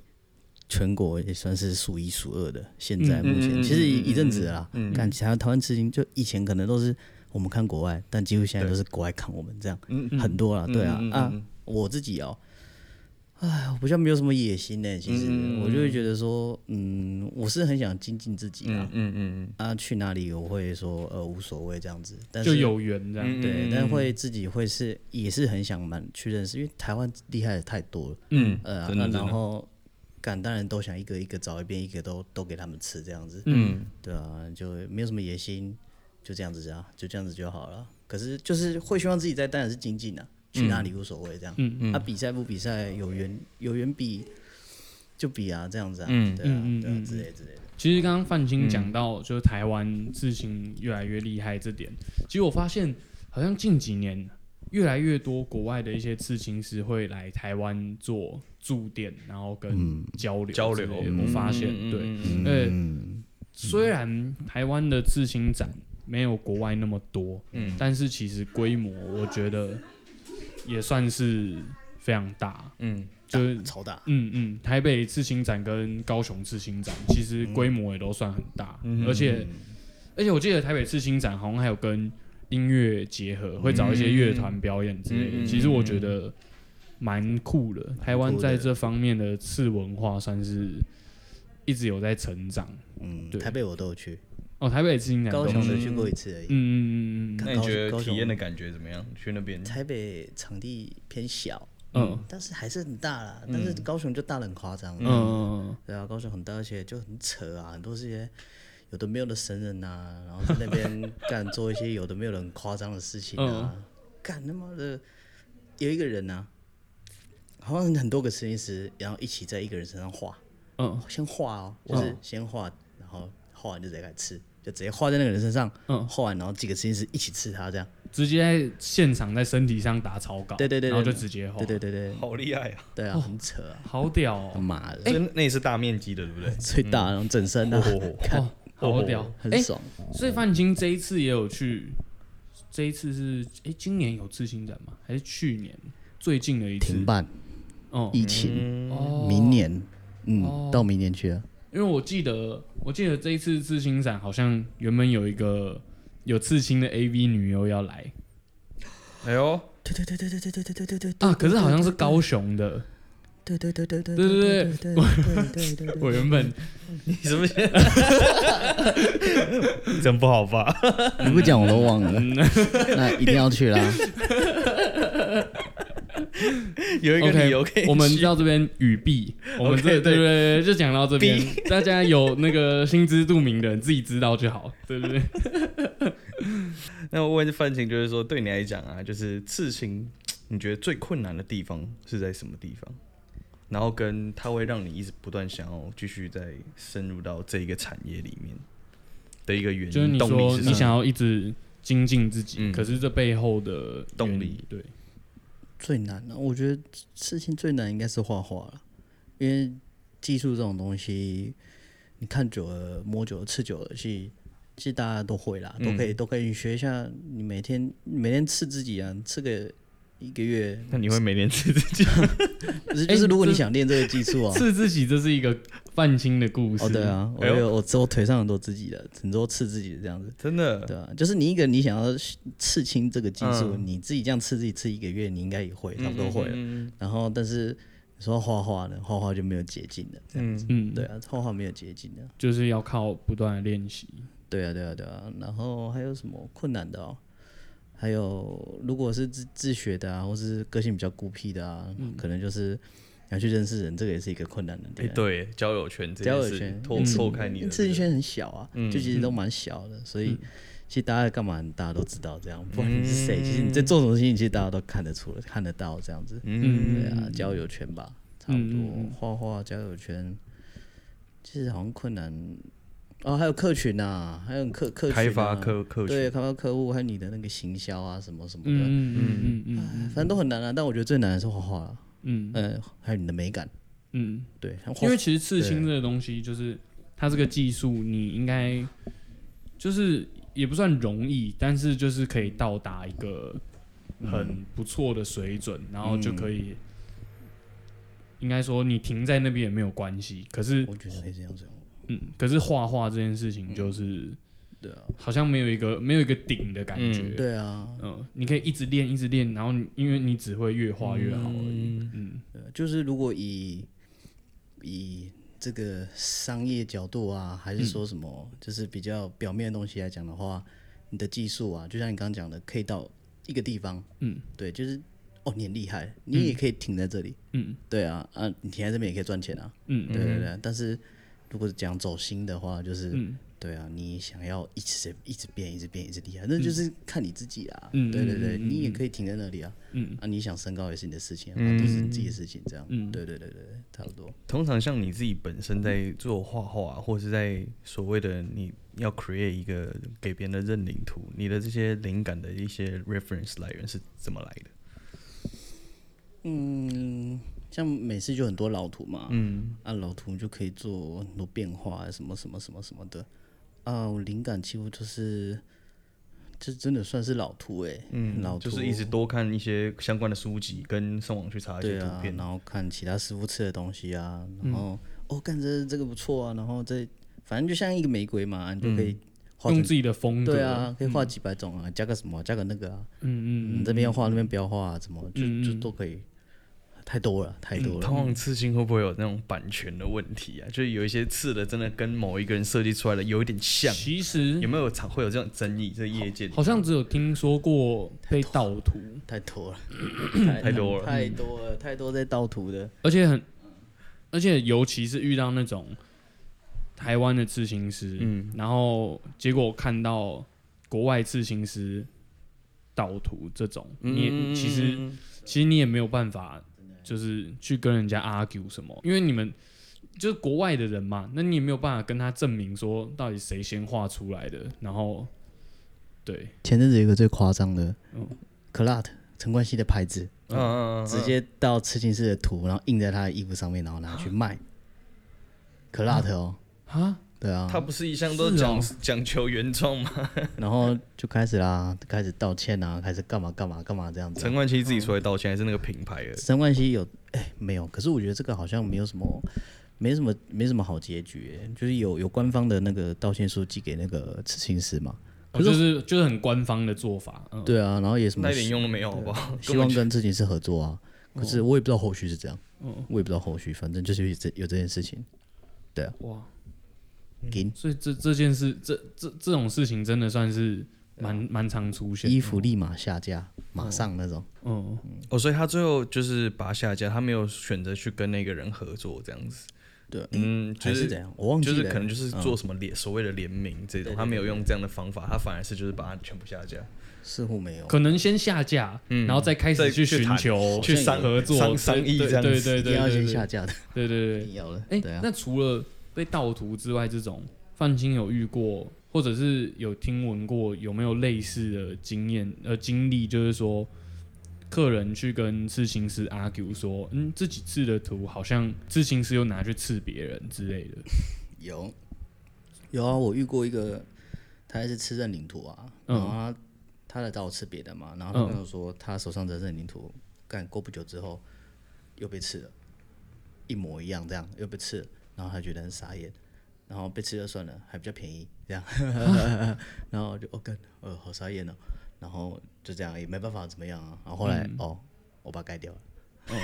全国也算是数一数二的。现在
嗯
目前，
嗯嗯
其实
嗯
一
嗯
一阵子了啦，
嗯
看台湾台湾刺青，就以前可能都是我们看国外，但几乎现在都是国外看我们这样，
嗯
很多啦，对啊、
嗯嗯嗯
啊
嗯，
我自己哦。哎，我比较没有什么野心呢、其实、
嗯嗯嗯
我就会觉得说，嗯，我是很想精进自己啦
嗯。嗯嗯
啊，去哪里我会说，呃，无所谓这样子，但是
就有缘这样，
对
嗯，
但会自己会是也是很想蛮去认识，因为台湾厉害的太多了，
嗯
呃，啊
真的真的
然后干当然都想一个一个找一遍，一个都都给他们吃这样子，
嗯
对啊，就没有什么野心，就这样子啊，就这样子就好了。可是就是会希望自己在当然是精进啊，去哪里无所谓这样，
嗯
嗯，啊，比赛不比赛有缘有缘比就比啊这样子啊，
嗯
对啊
嗯嗯
对啊
嗯
之类之类的，
其实刚刚范青讲到，就是台湾事情越来越厉害这点，其实我发现好像近几年越来越多国外的一些刺青师会来台湾做驻店，然后跟交流、
嗯交流
我发现、
嗯嗯嗯
对，
嗯
呃、虽然台湾的刺青展没有国外那么多，
嗯
但是其实规模我觉得也算是非常大，
嗯
就是
超大，
嗯嗯，台北刺青展跟高雄刺青展其实规模也都算很大，
嗯
而且而且我记得台北刺青展好像还有跟音乐结合，会找一些乐团表演之类的。
嗯
其实我觉得蛮酷的，台湾在这方面的次文化算是一直有在成长。
嗯，
对
台北我都有去，
哦，台北刺青展
高
都
雄
是
只去过一次而已，
嗯嗯嗯嗯嗯
那你觉
高
得
雄
体验的感觉怎么样？去那边？
台北场地偏小，
嗯
但是还是很大啦。但是高雄就大的很夸张，
嗯嗯
对啊，高雄很大，而且就很扯啊，很多这些有的没有的神人呐、然后在 那边干做一些有的没有的很夸张的事情啊，
嗯
干他妈的有一个人呐、好像很多个摄影师，然后一起在一个人身上画，
嗯
先画哦，就是先画，然后画完就直接开始吃，就直接画在那个人身上，
嗯
画完然后几个摄影师一起吃他这样，
嗯，直接在现场在身体上打草稿，
对对对对
然后就直接画，
对对对对
好厉害啊！
对啊，很扯啊。
好屌哦，
妈的，
所以那也是大面积的，对不对？
最大那种整身的、
哦
哦，好屌，哎
很，爽。
所以范青这一次也有去，这一次是哎、今年有刺青展吗？还是去年最近的一次
停？办
哦，
疫情，
哦
明年，嗯，
哦
到明年去了。
因为我记得，我记得这一次刺青展好像原本有一个有刺青的 AV 女优要来
哎呦，
对对对对对对对对对对对
啊，可是好像是高雄的。
对对对对对
对对
对对对对对
我
对。
原本
你是不是？真不好吧？
你不讲我都忘了，
嗯
那一定要去啦。
有一个理由可以
OK，我们到这边语 毕，我们
OK，
这对
对
对对，就讲到这边， 大家有那个心知肚明的人自己知道就好，对 不对？
那我问范晴，就是说，对你来讲啊，就是刺青，你觉得最困难的地方是在什么地方？然后跟它会让你一直不断想要继续再深入到这一个产业里面的一个原因，
就是你
动力
说
是
你
什
想
么
要一直精进自己，
嗯
可是这背后的
动
原因
力，
对，
最难的，我觉得事情最难应该是画画了，因为技术这种东西，你看久了、摸久了、吃久了，其实其实大家都会啦，
嗯
都可以、都可以学一下。你每天每天刺自己啊，刺个一个月，
那你会每天刺自己？
不是
哎
就是如果
这
哦
你想练这个技术啊，
刺自己这是一个范青的故事。
哦，对，啊，我
哎呦
有我我腿上很多自己的，很多刺自己的这样子，
真的，
对啊，就是你一个你想要刺青这个技术，
嗯
你自己这样刺自己刺一个月，你应该也会，差不多会了。
嗯
然后，但是你说画画呢，画画就没有捷径了，这样
嗯，
嗯，
对，啊，画画没有捷径的，
就是要靠不断的练习。
对啊，对啊，对啊。然后还有什么困难的哦？还有，如果是自自学的啊，或是个性比较孤僻的啊，可能就是你要去认识人，这个也是一个困难的
哎，
点啊。
嗯对，交友圈这
交
件
友
事
圈
拓
嗯
拓开你
因为
的
刺
这
激
个嗯
圈很小啊，就其实都蛮小的，所以其实大家干嘛大家都知道这样，不管你是谁，其实你
嗯
在做什么事情，其实大家都看得出来、看得到这样子。
嗯
对啊，交友圈吧，差不
嗯嗯
多
嗯
画画交友圈，其实好像困难。哦，还有客群啊，还有客客群、啊、
开发客客群
对，开发客户，还有你的那个行销啊，什么什
哦
么的，
嗯嗯嗯嗯
反正都很难啊。但我觉得最难的是画画了，
嗯嗯
嗯，还有你的美感，
嗯，
对，像画
因为其实刺青这个东西，就是它这个技术，你应该就是也不算容易，但是就是可以到达一个很不错的水准，然后
嗯
就可以。应该说你停在那边也没有关系，可是
我觉得可以这样子，
嗯，可是画画这件事情就是，
对啊，
好像没有一个没有一个顶的感觉。
嗯
对啊，
嗯，你可以一直练，一直练，然后你因为你只会越画越好而已。嗯
对啊就是如果以以这个商业角度啊，还
嗯
是说什么，就是比较表面的东西来讲的话，你的技术啊，就像你刚刚讲的，可以到一个地方，
嗯，
对，就是哦，你很厉害，你也可以停在这里，
嗯
对啊，啊，你停在这边也可以赚钱啊，
嗯
对对对啊。但是如果讲走心的话，就是、
嗯
对啊，你想要一直一直变，一直变，一直厉害，那就是看你自己啊。
嗯
对对对，
嗯嗯嗯
你也可以停在那里啊。
嗯
啊，你想升高也是你的事情啊，
嗯
都是你自己的事情，这样。
嗯
对对对对，对差不多。
通常像你自己本身在做画画，啊或是在所谓的你要 create 一个给别人的认领图，你的这些灵感的一些 reference 来源是怎么来的？
嗯，像每次就很多老图嘛，
嗯，
啊，老图就可以做很多变化，什么什么什么什么的。啊，我灵感几乎就是，这真的算是老图哎、嗯老图
就是一直多看一些相关的书籍，跟上网去查一
对
些
啊
图，片。嗯
然后看其他师傅吃的东西啊，然后、哦，干这这个不错啊，然后再反正就像一个玫瑰嘛，你
嗯
就可以画成、
用自己的风格。
对啊，可以画几百种啊，加个什么，加个那个啊，
嗯，嗯
嗯，这边要画那边不要画、啊，怎么就就
嗯嗯
都可以，太多了，太
嗯
多了。
通常刺青会不会有那种版权的问题啊？就是有一些刺的真的跟某一个人设计出来的有一点像，
其实
有没有常会有这种争议？这业界里
好像只有听说过被盗图，
太多了，
太多了
太多了，太多在盗图的。
而且很，而且尤其是遇到那种台湾的刺青师，
嗯
然后结果看到国外刺青师盗图这种，
嗯
你也其实。其实你也没有办法，就是去跟人家 argue 什么，因为你们就是国外的人嘛，那你也没有办法跟他证明说到底谁先画出来的，然后对，
前阵子有一个最夸张的
嗯
，Clat 陈冠希的牌子，
嗯嗯嗯，
直接到刺青师的图，然后印在他的衣服上面，然后拿去卖。Clat 哦，
啊，
对啊，
他不是一向都
是
讲
哦
讲求原创吗？
然后就开始啦，开始道歉啊，开始干嘛干嘛干嘛这样子啊
陈。冠希自己出来道歉，还是那个品牌的？
陈冠希有哎、没有，可是我觉得这个好像没有什么，没什么没什么好结局、哎就是有有官方的那个道歉书寄给那个刺青师嘛，
哦就是就是很官方的做法，嗯，
对啊，然后也什么
那一点用都没有，好不好？
啊希望跟刺青师合作啊，可是我也不知道后续是怎样，我也不知道后续，反正就是有这有这件事情，
哇，
给
所以这这件事，这这这种事情真的算是蛮蛮常出现的，
啊衣服立马下架，马上那种。
嗯，
哦，所以他最后就是把他下架，他没有选择去跟那个人合作这样子。
对，啊
嗯，就
还是怎样，我忘记
就
了、嗯
是可能就是做什么联所谓的联名这种，他没有用这样的方法，他反而是就是把它全部下架，
似乎没有。
可能先下架，然后再开
嗯再
始去
去
寻
谈
求
去商
合作
商商议
对
这样
对
子
对
一
对，
定要先
对
下，架的，
对对对
一，定要的。
哎、
对啊，
那除了被盗图之外，这种范青有遇过，或者是有听闻过，有没有类似的经验呃经历？就是说，客人去跟刺青师 argue 说，嗯，自己刺的图好像刺青师又拿去刺别人之类的。
有有啊，我遇过一个，他也是吃认领图啊，
嗯
然后他他来找我吃别的嘛，然后他跟我说他手上的认领图，干过不久之后又被吃了，一模一样这样又被吃了，然后他觉得很傻眼，然后被吃就算了，还比较便宜，这样， 然后我就哦干，呃，好傻眼哦，然后就这样也没办法怎么样啊，然后后来、哦，我把它盖掉了，
哦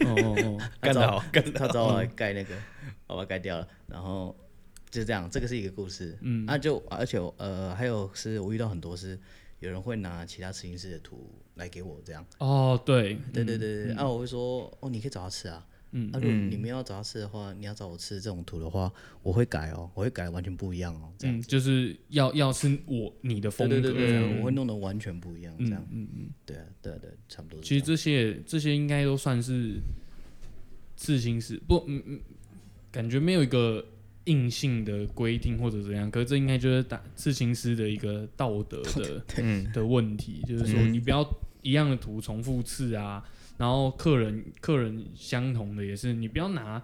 哦哦，
他
干
找
得好，干得
他找我来盖那个，我把它盖掉了，然后就这样，这个是一个故事，嗯，那、就而且我呃还有是我遇到很多是有人会拿其他摄影师的图来给我这样。
哦，对，
对对对对，啊，我会说，哦，你可以找他吃啊。嗯，啊，如果你们要找他吃的话，你要找我吃这种图的话，我会改哦，我会改得完全不一样哦，这样。
嗯，就是要要是我你的风
对
格
对
这
对
样，
对，我会弄得完全不一样，这样。嗯嗯，对啊，对啊，对啊，差不多是这
其实
样。
这些这些应该都算是刺青师，不，嗯嗯，感觉没有一个硬性的规定或者怎样，可是这应该就是打刺青师的一个道德 的
嗯
的问题，就是说
嗯
你不要一样的图重复刺啊，然后客人客人相同的也是，你不要拿。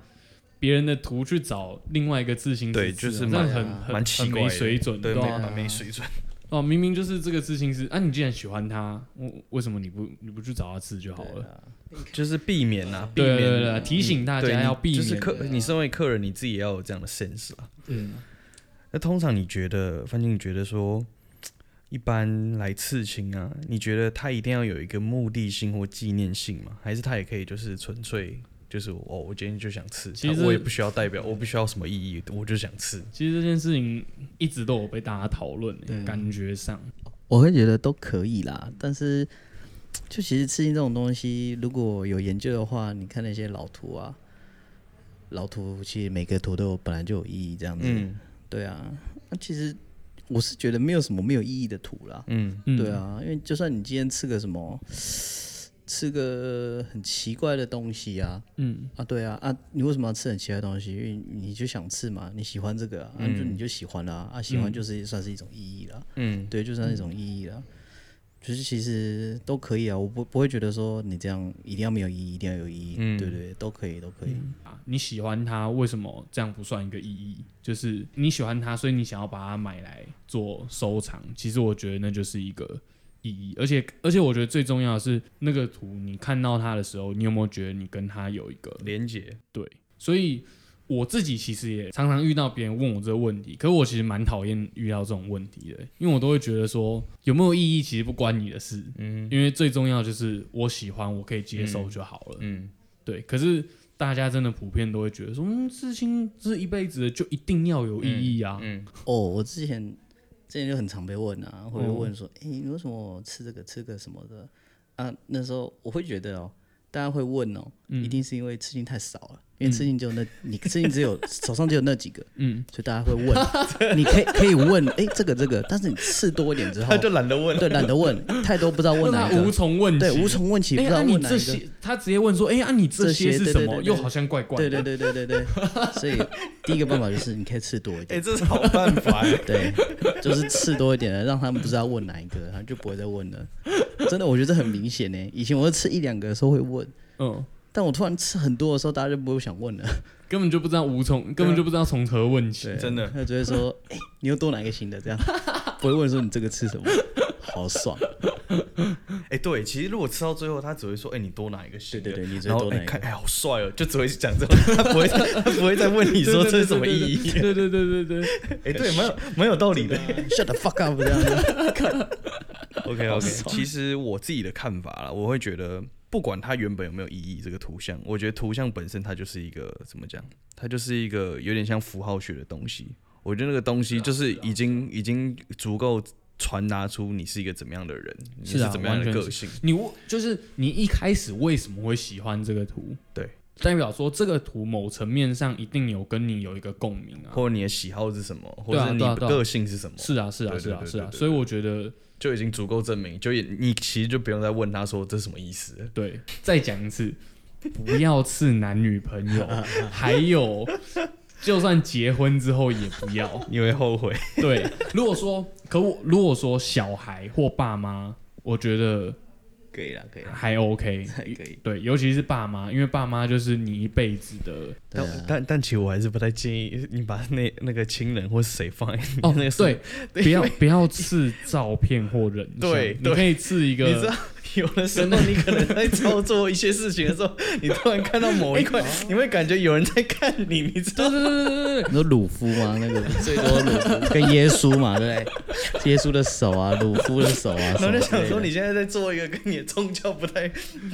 别人的图去找另外一个刺青师
对
刺啊
就是
这样
蛮
很很
蛮奇
很
怪的，
没水准，啊
对，
吧
没蛮没水准。
哦，明明就是这个刺青师啊，你既然喜欢他，我为什么你不你不去找他刺就好
啊
了？
就是避免啊，避
对
免
对对对，提醒大
对
家
你
要避免。啊
就是客，你身为客人，你自己也要有这样的 sense 啊。
嗯，
那通常你觉得，范静，你觉得说，一般来刺青啊，你觉得他一定要有一个目的性或纪念性吗？还是他也可以就是纯粹就是哦，我今天就想刺，啊
其实
我也不需要代表，我不需要什么意义，我就想刺。
其实这件事情一直都有被大家讨论、欸感觉上，
我会觉得都可以啦，但是就其实刺青这种东西，如果有研究的话，你看那些老图啊，老图其实每个图都有本来就有意义，这样子。
嗯
对啊，那其实我是觉得没有什么没有意义的图啦。
嗯，
嗯，
对，啊，因为就算你今天吃个什么，吃个很奇怪的东西啊，
嗯，
啊，对啊，啊，你为什么要吃很奇怪的东西？因为你就想吃嘛，你喜欢这个啊，啊
嗯
就你就喜欢啦、啊，喜欢就是、算是一种意义啦，
嗯，
对，就算是一种意义啦。就是其实都可以啊，我不不会觉得说你这样一定要没有意义，一定要有意义，
嗯
对对，都可以，都可以。
啊，你喜欢他，为什么这样不算一个意义？就是你喜欢他，所以你想要把它买来做收藏。其实我觉得那就是一个意义，而且而且我觉得最重要的是，那个图你看到它的时候，你有没有觉得你跟他有一个
连接，
对，所以我自己其实也常常遇到别人问我这个问题，可是我其实蛮讨厌遇到这种问题的，因为我都会觉得说有没有意义其实不关你的事，嗯，因为最重要就是我喜欢，我可以接受就好了，
嗯，
对。可是大家真的普遍都会觉得说，嗯，事情是一辈子的，就一定要有意义啊，
嗯，
哦，我之前之前就很常被问啊，会被
嗯
问说，哎、你为什么吃这个吃个什么的啊？那时候我会觉得哦，大家会问哦，
嗯
一定是因为吃进太少了，因为吃进只有那，你吃进只有手上只有那几个，
嗯，
所以大家会 问，你可以可以问，哎、这个这个，但是你吃多一点之后
他， 就懒 得问了。
对，懒得问，太多不知道问
那
哪一
他无
个，
从问起，
嗯对，无从问起，不
哎、
知
那
道
你
问哪
这
一个。
些，他直接问说：“哎、啊，你这些
这些
是什么？
对对对对
又好像怪怪
对
的。
对对对对对，所以第一个办法就是你可以吃多一点
哎，，这是好办 法欸。
对，就是刺多一点的，让他们不知道问哪一个，他就不会再问了。真的，我觉得很明显呢。以前我吃一两个的时候会问，
嗯，
但我突然吃很多的时候，大家就不会想问了。
根本就不知道无从，根
啊
本就不知道从何问起。
真的
他就会说：“哎、你又多拿一个新的，这样不会问说你这个吃什么，好爽。
哎、对，其实如果吃到最后，他只会说，哎、你多拿一个新的，
对对对你只会
然后
多
哎、
拿一个
看，哎、好帅哦，就只会讲这种， 他不会，他不会再问你说这是什么意义。
对对对对对，
哎、对，蛮有蛮有道理的。
哎 ”Shut the fuck up，这样子。
OK OK，其实我自己的看法啦，我会觉得，不管它原本有没有意义，这个图像，我觉得图像本身它就是一个怎么讲，它就是一个有点像符号学的东西。我觉得那个东西就是啊已经已经足够传达出你是一个怎么样的人，你
是啊
怎么样
完
的
全是
个性。
你为就是你一开始为什么会喜欢这个图？
对，
代表说这个图某层面上一定有跟你有一个共鸣啊。
或者你的喜好是什么，或
对啊
者是你
对啊
的
对啊
个性是什么，
是啊，是啊，
对对
是啊，
对
是啊
对，对
所以我觉得，
就已经足够证明，就也你其实就不用再问他说这是什么意思了。
对，再讲一次，不要刺男女朋 友，还有，就算结婚之后也不要。
你会后悔，
对，如果说，可我如果说小孩或爸妈，我觉得
可以了，可以了，
还 OK，
还可以。
对，尤其是爸妈，因为爸妈就是你一辈子的
对啊
但但但其实我还是不太建议你把那那个亲人或是谁放在你
哦，
那个
对，不要不要刺照片或人像，
对
你可以刺一
你知道
个
有的时候你可能在操作一些事情的时候，你突然看到某一块，哎你会感觉有人在看你，你知道
对对对对对对，
你说鲁夫吗？那个最多鲁夫跟耶稣嘛，对不对？耶稣的手啊，鲁夫的手啊，
然后
什么
就
之
想
类
说，
的
你现在在做一个跟你的宗教不太、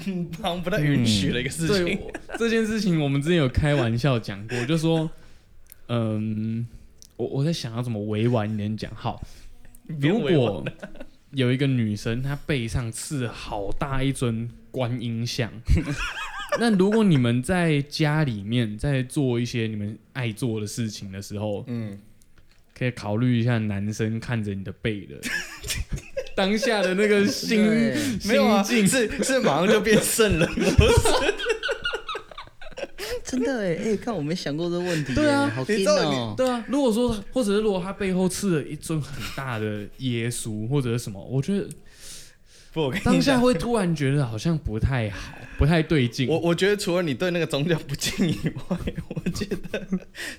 嗯好像不太允许的一个事
对
情。
我这件事情，我们之前有开玩笑讲过，就说， 嗯，我我在想要怎么委婉一点讲。好，
不用
如
委婉
果有一个女生，她背上刺好大一尊观音像， 那如果你们在家里面在做一些你们爱做的事情的时候，
嗯，
可以考虑一下男生看着你的背 的当下的那个心
对
没有啊，
心境。
是是马上就变圣人模式。
真的哎、哎、看我没想过这个问题、
对啊
哎好
你
king
知道
哦、
对啊，如果说，或者是如果他背后刺了一尊很大的耶稣或者是什么，我觉得
不，我跟
当
你
下
讲，
会突然觉得好像不太好，不太对劲。
我我觉得除了你对那个宗教不敬以外，我觉得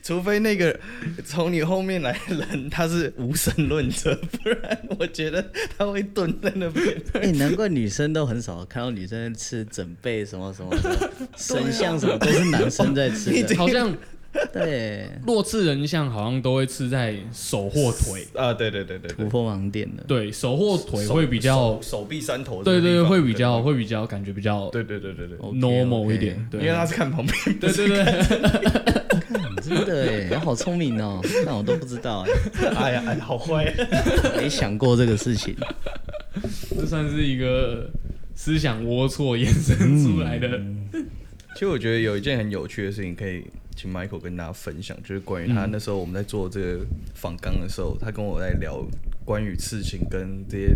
除非那个从你后面来的人他是无神论者，不然我觉得他会蹲在那边。
哎、难怪女生都很少看到女生吃整背什么什么 的，神像什么都是男生在吃的。
好像
对，
若刺人像，好像都会刺在手或 腿，
啊，对对对对
突
对，
破盲点了。
对手或腿
手
会比较
手，手臂三头这
对
个地方，
对对，会比较会比较感觉比较
对对对对对，
OK，OK
normal 一点，对
因为他是看旁边，
对对对，
真的哎、我好聪明哦、但我都不知道哎、
哎呀，哎好坏，
没想过这个事情。
这算是一个思想龌龊衍生出来的。
嗯其实我觉得有一件很有趣的事情，可以请 Michael 跟大家分享，就是关于
嗯
他那时候我们在做这个访纲的时候，他跟我在聊关于刺青跟这些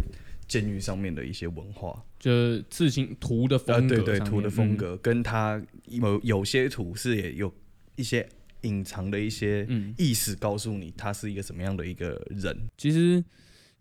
监狱上面的一些文化，
就是刺青图的
啊，
风格
对
上面，
对，图的风
嗯
格，跟他有有些图是也有一些隐藏的一些
嗯
意识，告诉你他是一个什么样的一个人。
其实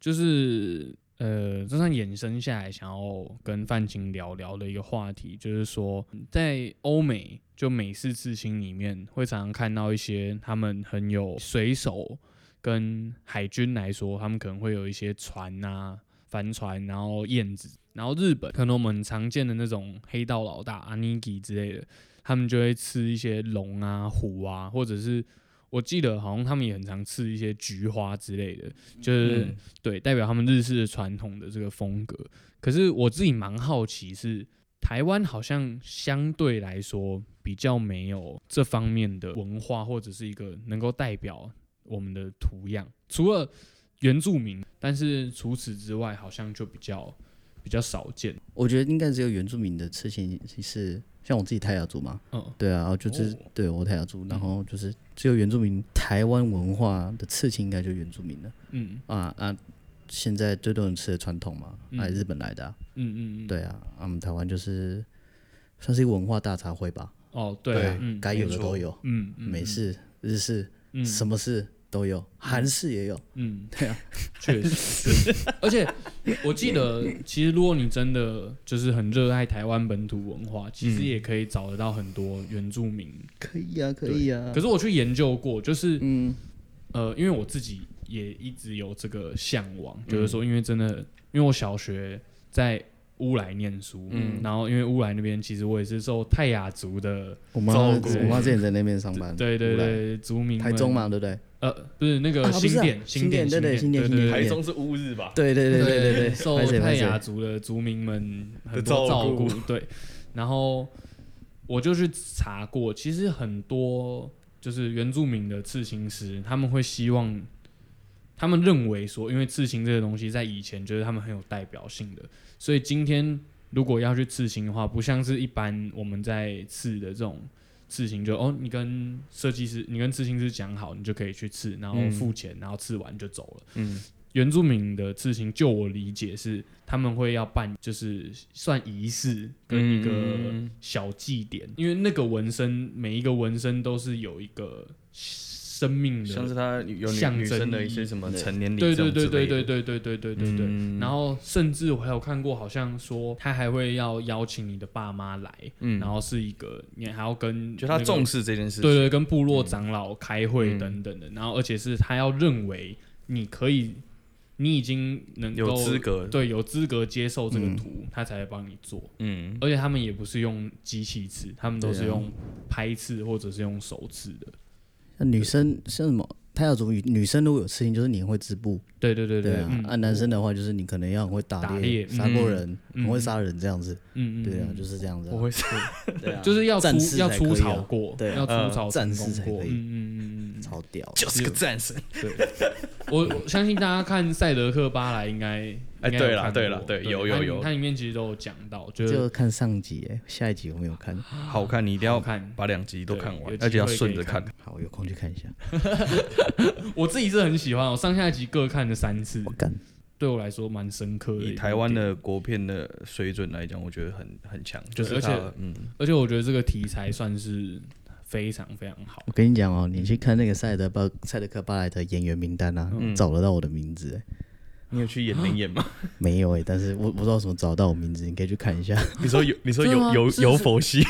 就是呃，这算衍生下来，想要跟范青聊聊的一个话题，就是说在欧美就美式刺青里面，会常常看到一些他们很有水手跟海军来说，他们可能会有一些船啊、帆船，然后燕子。然后日本可能我们常见的那种黑道老大阿尼基之类的，他们就会吃一些龙啊、虎啊，或者是我记得好像他们也很常吃一些菊花之类的，就是、
嗯
对代表他们日式传统的这个风格。可是我自己蛮好奇是，台湾好像相对来说比较没有这方面的文化，或者是一个能够代表我们的图样，除了原住民，但是除此之外好像就比较比较少见。
我觉得应该只有原住民的事情是，像我自己泰雅族嘛，
嗯，
对啊，就是、
哦
对我泰雅族，然后就是只有原住民，台湾文化的刺青应该就是原住民的
嗯
啊啊，现在最多人吃的传统嘛，
嗯
啊，日本来的、啊，
嗯嗯嗯，
对啊，啊我们台湾就是算是一个文化大杂烩吧，
哦对
对
啊，嗯
该有的
没错
都有，
嗯，嗯
美，式、日式、
嗯
什么式都有，韩式也有，
嗯，
对啊，
确实， 而且我记得，其实如果你真的就是很热爱台湾本土文化，其实
嗯
也可以找得到很多原住民。
可以啊，可以啊
可，是我去研究过，就是
嗯，
呃，因为我自己也一直有这个向往，
嗯
就是说，因为真的，因为我小学在乌来念书，嗯，然后因为乌来那边其实我也是受泰雅族的，
我妈
照
顾
我妈之前在那边上班，
对对
乌来，
对，族民
台
们
中，嘛，对不对？
呃，不是那个
啊不是啊
新店，
新
店，
店对对
新
新店
对
新
对
店
对
台中是乌日吧？
对对对对对对，
受
拍谁
泰
拍谁
雅族的族民们很多
的照
照
顾
顾，对。然后我就去查过，其实很多就是原住民的刺青师，他们会希望，他们认为说，因为刺青这个东西在以前就是他们很有代表性的，所以今天如果要去刺青的话，不像是一般我们在刺的这种刺青就，哦，你跟设计师、你跟刺青师讲好，你就可以去刺，然后
嗯
付钱，然后刺完就走了。
嗯，
原住民的刺青，就我理解是他们会要办，就是算仪式跟一个
嗯
小祭典，因为那个纹身每一个纹身都是有一个生命的，
像是他有女
象
女
征
生的
意
一些什么
对
成年礼
对
这
对
种
对
之类
对
的
对对对对对对对。
嗯
然后甚至我还有看过，好像说他还会要邀请你的爸妈来，
嗯
然后是一个你还要跟
就他嗯
那个
重视这件事情。
对对，跟部
嗯
落长老开会等等的，然后而且是他要认为你可以你已经能够
有资格
对有资格接受这个
嗯
图，他才会帮你做。
嗯，
而且他们也不是用机器刺，他们都是
对啊
用拍刺或者是用手刺的。
那女生像什么胎教族语，女生如果有刺青，就是你很会织布，
对对对
对啊
嗯。
啊，男生的话就是你可能要很会
打
打
猎
猎，杀过
嗯
人，
嗯
很会杀人这样子。
嗯嗯，
对啊
嗯，
就是这样子啊
我。会
对啊
就是要
战
出
士
要
才
出
可以
草
啊
过，
对啊
要出草
战
成
士
功
才
过。
可
嗯
以
嗯嗯嗯嗯，
超屌。
就是个战神。
对。我我相信大家看《赛德克巴莱》应该，
哎
应该有
对啦
看
对
过
啦对
对，
有有
它
有
它里面其实都有讲到，就是
就看上集哎，下一集我没有看，
好看，你一定
好
要
看。
把两集都
对
看
有机
完，而且要
会可
顺
以
着
看
看。
好有空去看一下。
我自己是很喜欢，我上下集各看了三次
我，干，
对我来说蛮深刻的一部
以
电影。
台湾的国片的水准来讲，我觉得很很强，就
而
是
且
它嗯，
而且我觉得这个题材算是非常非常好。
我跟你讲哦，你去看那个赛德巴赛德克巴莱的演员名单啊，
嗯
找得到我的名字哎，
你有去演灵演吗？
没有哎，但是我我不知道怎么找到我名字，你可以去看 一下。
你说有，你说
真的
有
吗
有
是
有
是
佛系，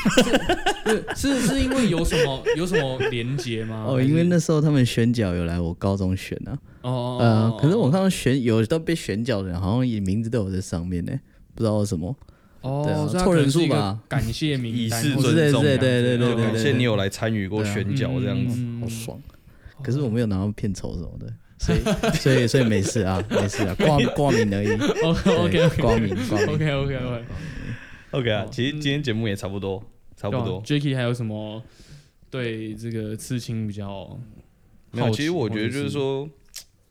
是是因为有什 么有什么连结吗？
哦，
还是
因为那时候他们选角有来我高中选啊，
哦哦，
呃
哦，
可是我看到选有都被选角的人，好像也名字都有在上面呢，不知道为什么。对啊
哦，所以它
凑
可能
人
是一
数
个
吧
感谢名
以
单
示
或者
尊重这样子，
是是对对对
就
对
感
对
谢
对
你有来参与过
对啊
选角这样子。
嗯
好爽。可是我没有拿到片酬什么的，所以所以所以没事啊，没事啊，挂挂名而已。
OK OK
对
OK，
光明 光明
OK OK OK，
OK 啊
哦，
其实今天节目也差不多，差不多。
Jacky 啊还有什么对这个刺青比较？
没有，
好奇
其实我觉得就
或者
是
是
说，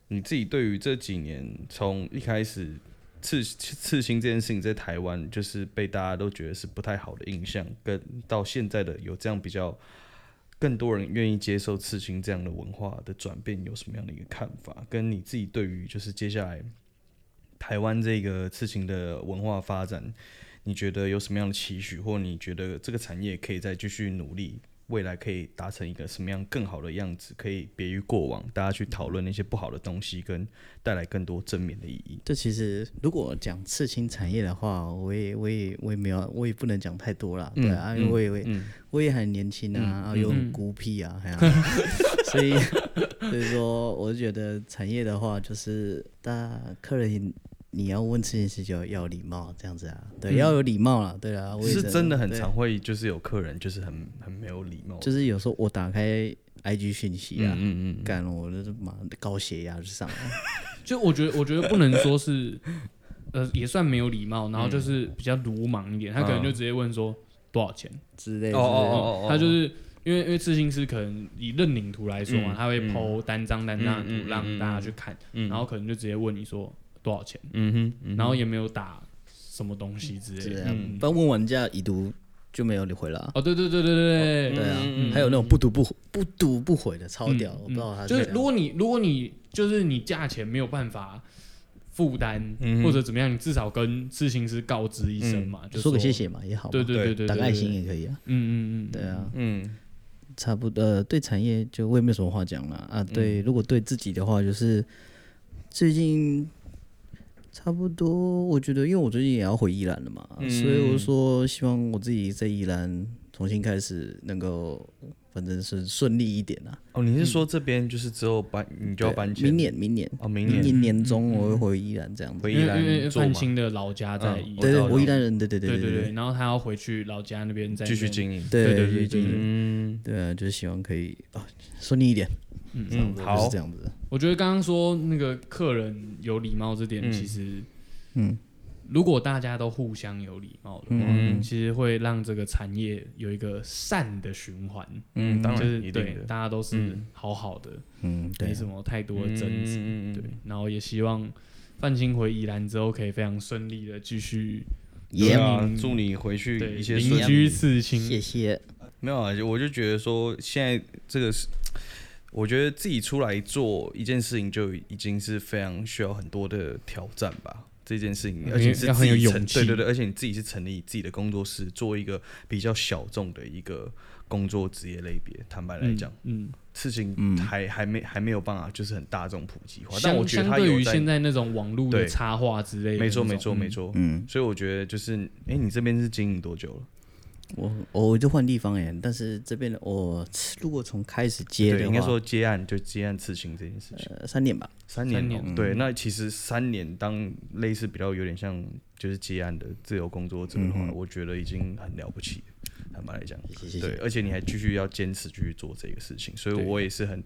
你自己对于这几年从一开始刺刺青这件事情在台湾就是被大家都觉得是不太好的印象，跟到现在的有这样比较更多人愿意接受刺青这样的文化的转变，有什么样的一个看法？跟你自己对于就是接下来台湾这个刺青的文化发展，你觉得有什么样的期许，或你觉得这个产业可以再继续努力，未来可以达成一个什么样更好的样子，可以别于过往，大家去讨论那些不好的东西，跟带来更多正面的意义。
这其实如果讲刺青产业的话，我也我也我也没有，我也不能讲太多啦，对
嗯
啊，因为我也我也我也很年轻啊，啊又很孤僻啊， 哎呀所以所以说，我就觉得产业的话，就是大客人。你要问这件事就要有礼貌，这样子啊，对，要有礼貌啦，对啊，我
嗯
也
是真的很
对
常会，就是有客人就是很很没有礼貌，
就是有时候我打开 IG 讯息啊，
嗯嗯嗯，
干了我就是妈的高血压就上来了，
就我觉得，我觉得不能说是， 呃，也算没有礼貌，然后就是比较鲁莽一点，他可
嗯
能就直接问说多少钱，
之类
哦哦哦
的。
哦哦，
他就是。因为因为刺青师可能以认领图来说嘛，他会剖单张单张的
嗯嗯
图
嗯
让
嗯
大家去看，然后可能就直接问你说多少钱，
嗯哼，嗯哼
然后也没有打什么东西之
之
类
嗯
类
的。
的，不然问完人家已读就没有回了啊。
哦，对对对对对
对啊
嗯嗯嗯，
还有那种不读不回不读不回的，超屌，
嗯
我不知道他
就是
怎样
如果你如果你就是你价钱没有办法负担、
嗯
或者怎么样，你至少跟刺青师告知一声嘛，就
说个谢。谢嘛也好嘛，
对对对对，对
打个爱心，也可以啊。
嗯嗯嗯，
对啊，
嗯
差不多。呃，对产业就我也没有什么话讲了啊。对，如果对自己的话，就是最近差不多，我觉得因为我最近也要回宜兰了嘛，
嗯
所以我就说希望我自己在宜兰重新开始，能够反正是顺利一点啊。
哦，你是说这边就是之后搬，你就要
对
搬迁？
明年，明年，
哦，明
明
年
年年中我会回宜兰这样子。
回
因为
宜
因为
兰做
范
嘛，
青的老家在宜兰，
嗯
对对，
我知道
我宜兰人，对对
对
对对
对，然后他要回去老家那边再
继续经营。
对
对对对
对
对
对
嗯
对啊，就是希望可以啊顺利一点，
嗯，
就
好
是这，样子。
我觉得刚刚说那个客人有礼貌这点，
嗯
其实，
嗯，
如果大家都互相有礼貌的话，
嗯
其实会让这个产业有一个善的循环，
嗯，当
就
然
是
一
对
定的，
大家都是
嗯
好好的，
嗯，对
没
啊，
什么太多的争执，
嗯
对。然后也希望范青回宜兰之后可以非常顺利的继续
对
也
啊
嗯，
祝你回去
对
一些
邻
顺
居刺青，
谢谢。
没有啊，我就觉得说现在这个是，我觉得自己出来做一件事情就已经是非常需要很多的挑战吧。这件事情，
嗯
而且是
要
自
很有
己
勇
成
气
对对对，而且你自己是成立自己的工作室，做一个比较小众的一个工作职业类别。坦白来讲，
嗯，
事情
嗯
还还没还没有办法，就是很大众普及化
嗯，。
但
相
我觉得
相
它
对
有
于
在
现，在那种网络的
对
插画之类的那
没错
种，
没错没
嗯
错。
嗯，
所以我觉得就是，哎，你这边是经营多久了？
我我就换地方哎，但是这边的我如果从开始接的
对，应
话，
该说接案就接案刺青这件事情，
呃三年吧，
三
三
年
年
哦，对，那其实三年当类似比较有点像就是接案的自由工作者的话，我觉得已经很了不起了，坦白来讲，
谢谢谢
对，
谢。
而且你还继续要坚持继续做这个事情，所以
对
我也是很，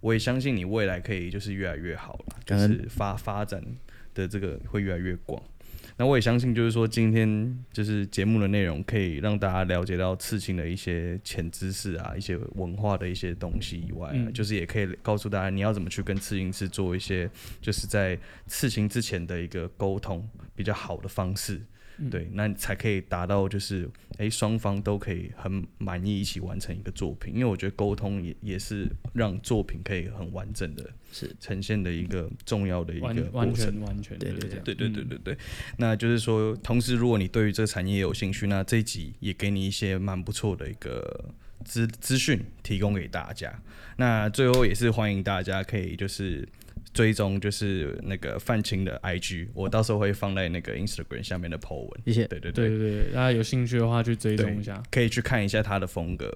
我也相信你未来可以就是越来越好了，就
感恩
是发发展的这个会越来越广。那我也相信，就是说今天就是节目的内容可以让大家了解到刺青的一些潜知识啊，一些文化的一些东西以外啊、
嗯
就是也可以告诉大家你要怎么去跟刺青师做一些就是在刺青之前的一个沟通比较好的方式。对，那你才可以达到就是，诶，双方都可以很满意，一起完成一个作品。因为我觉得沟通也也是让作品可以很完整的
是
呈现的一个重要的一个
完
过
完
程。
全完全
对
就是
对
这样嗯
对对对对对，那就是说，同时如果你对于这个产业有兴趣，那这一集也给你一些蛮不错的一个资资讯提供给大家。那最后也是欢迎大家可以就是追踪就是那个范青的 IG，我到时候会放在那个 Instagram 下面的 po 文。
谢谢，
对对
对对对，大家有兴趣的话去追踪一下。
可以去看一下他的风格，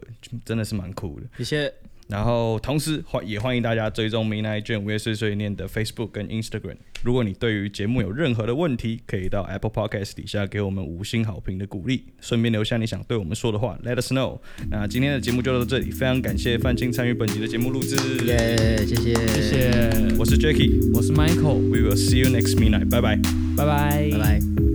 真的是蛮酷的。
谢谢，
然后同时欢也欢迎大家追踪明来卷午夜碎碎念的 Facebook 跟 Instagram。如果你对于节目有任何的问题，可以到 Apple Podcast 底下给我们五星好评的鼓励，顺便留下你想对我们说的话，Let us know。那今天的节目就到这里，非常感谢范青参与本集的节目录制，
耶，谢谢，
谢谢，
我是 Jacky，We
我是 Michael，
will see you next midnight，拜拜。
拜拜，
拜拜。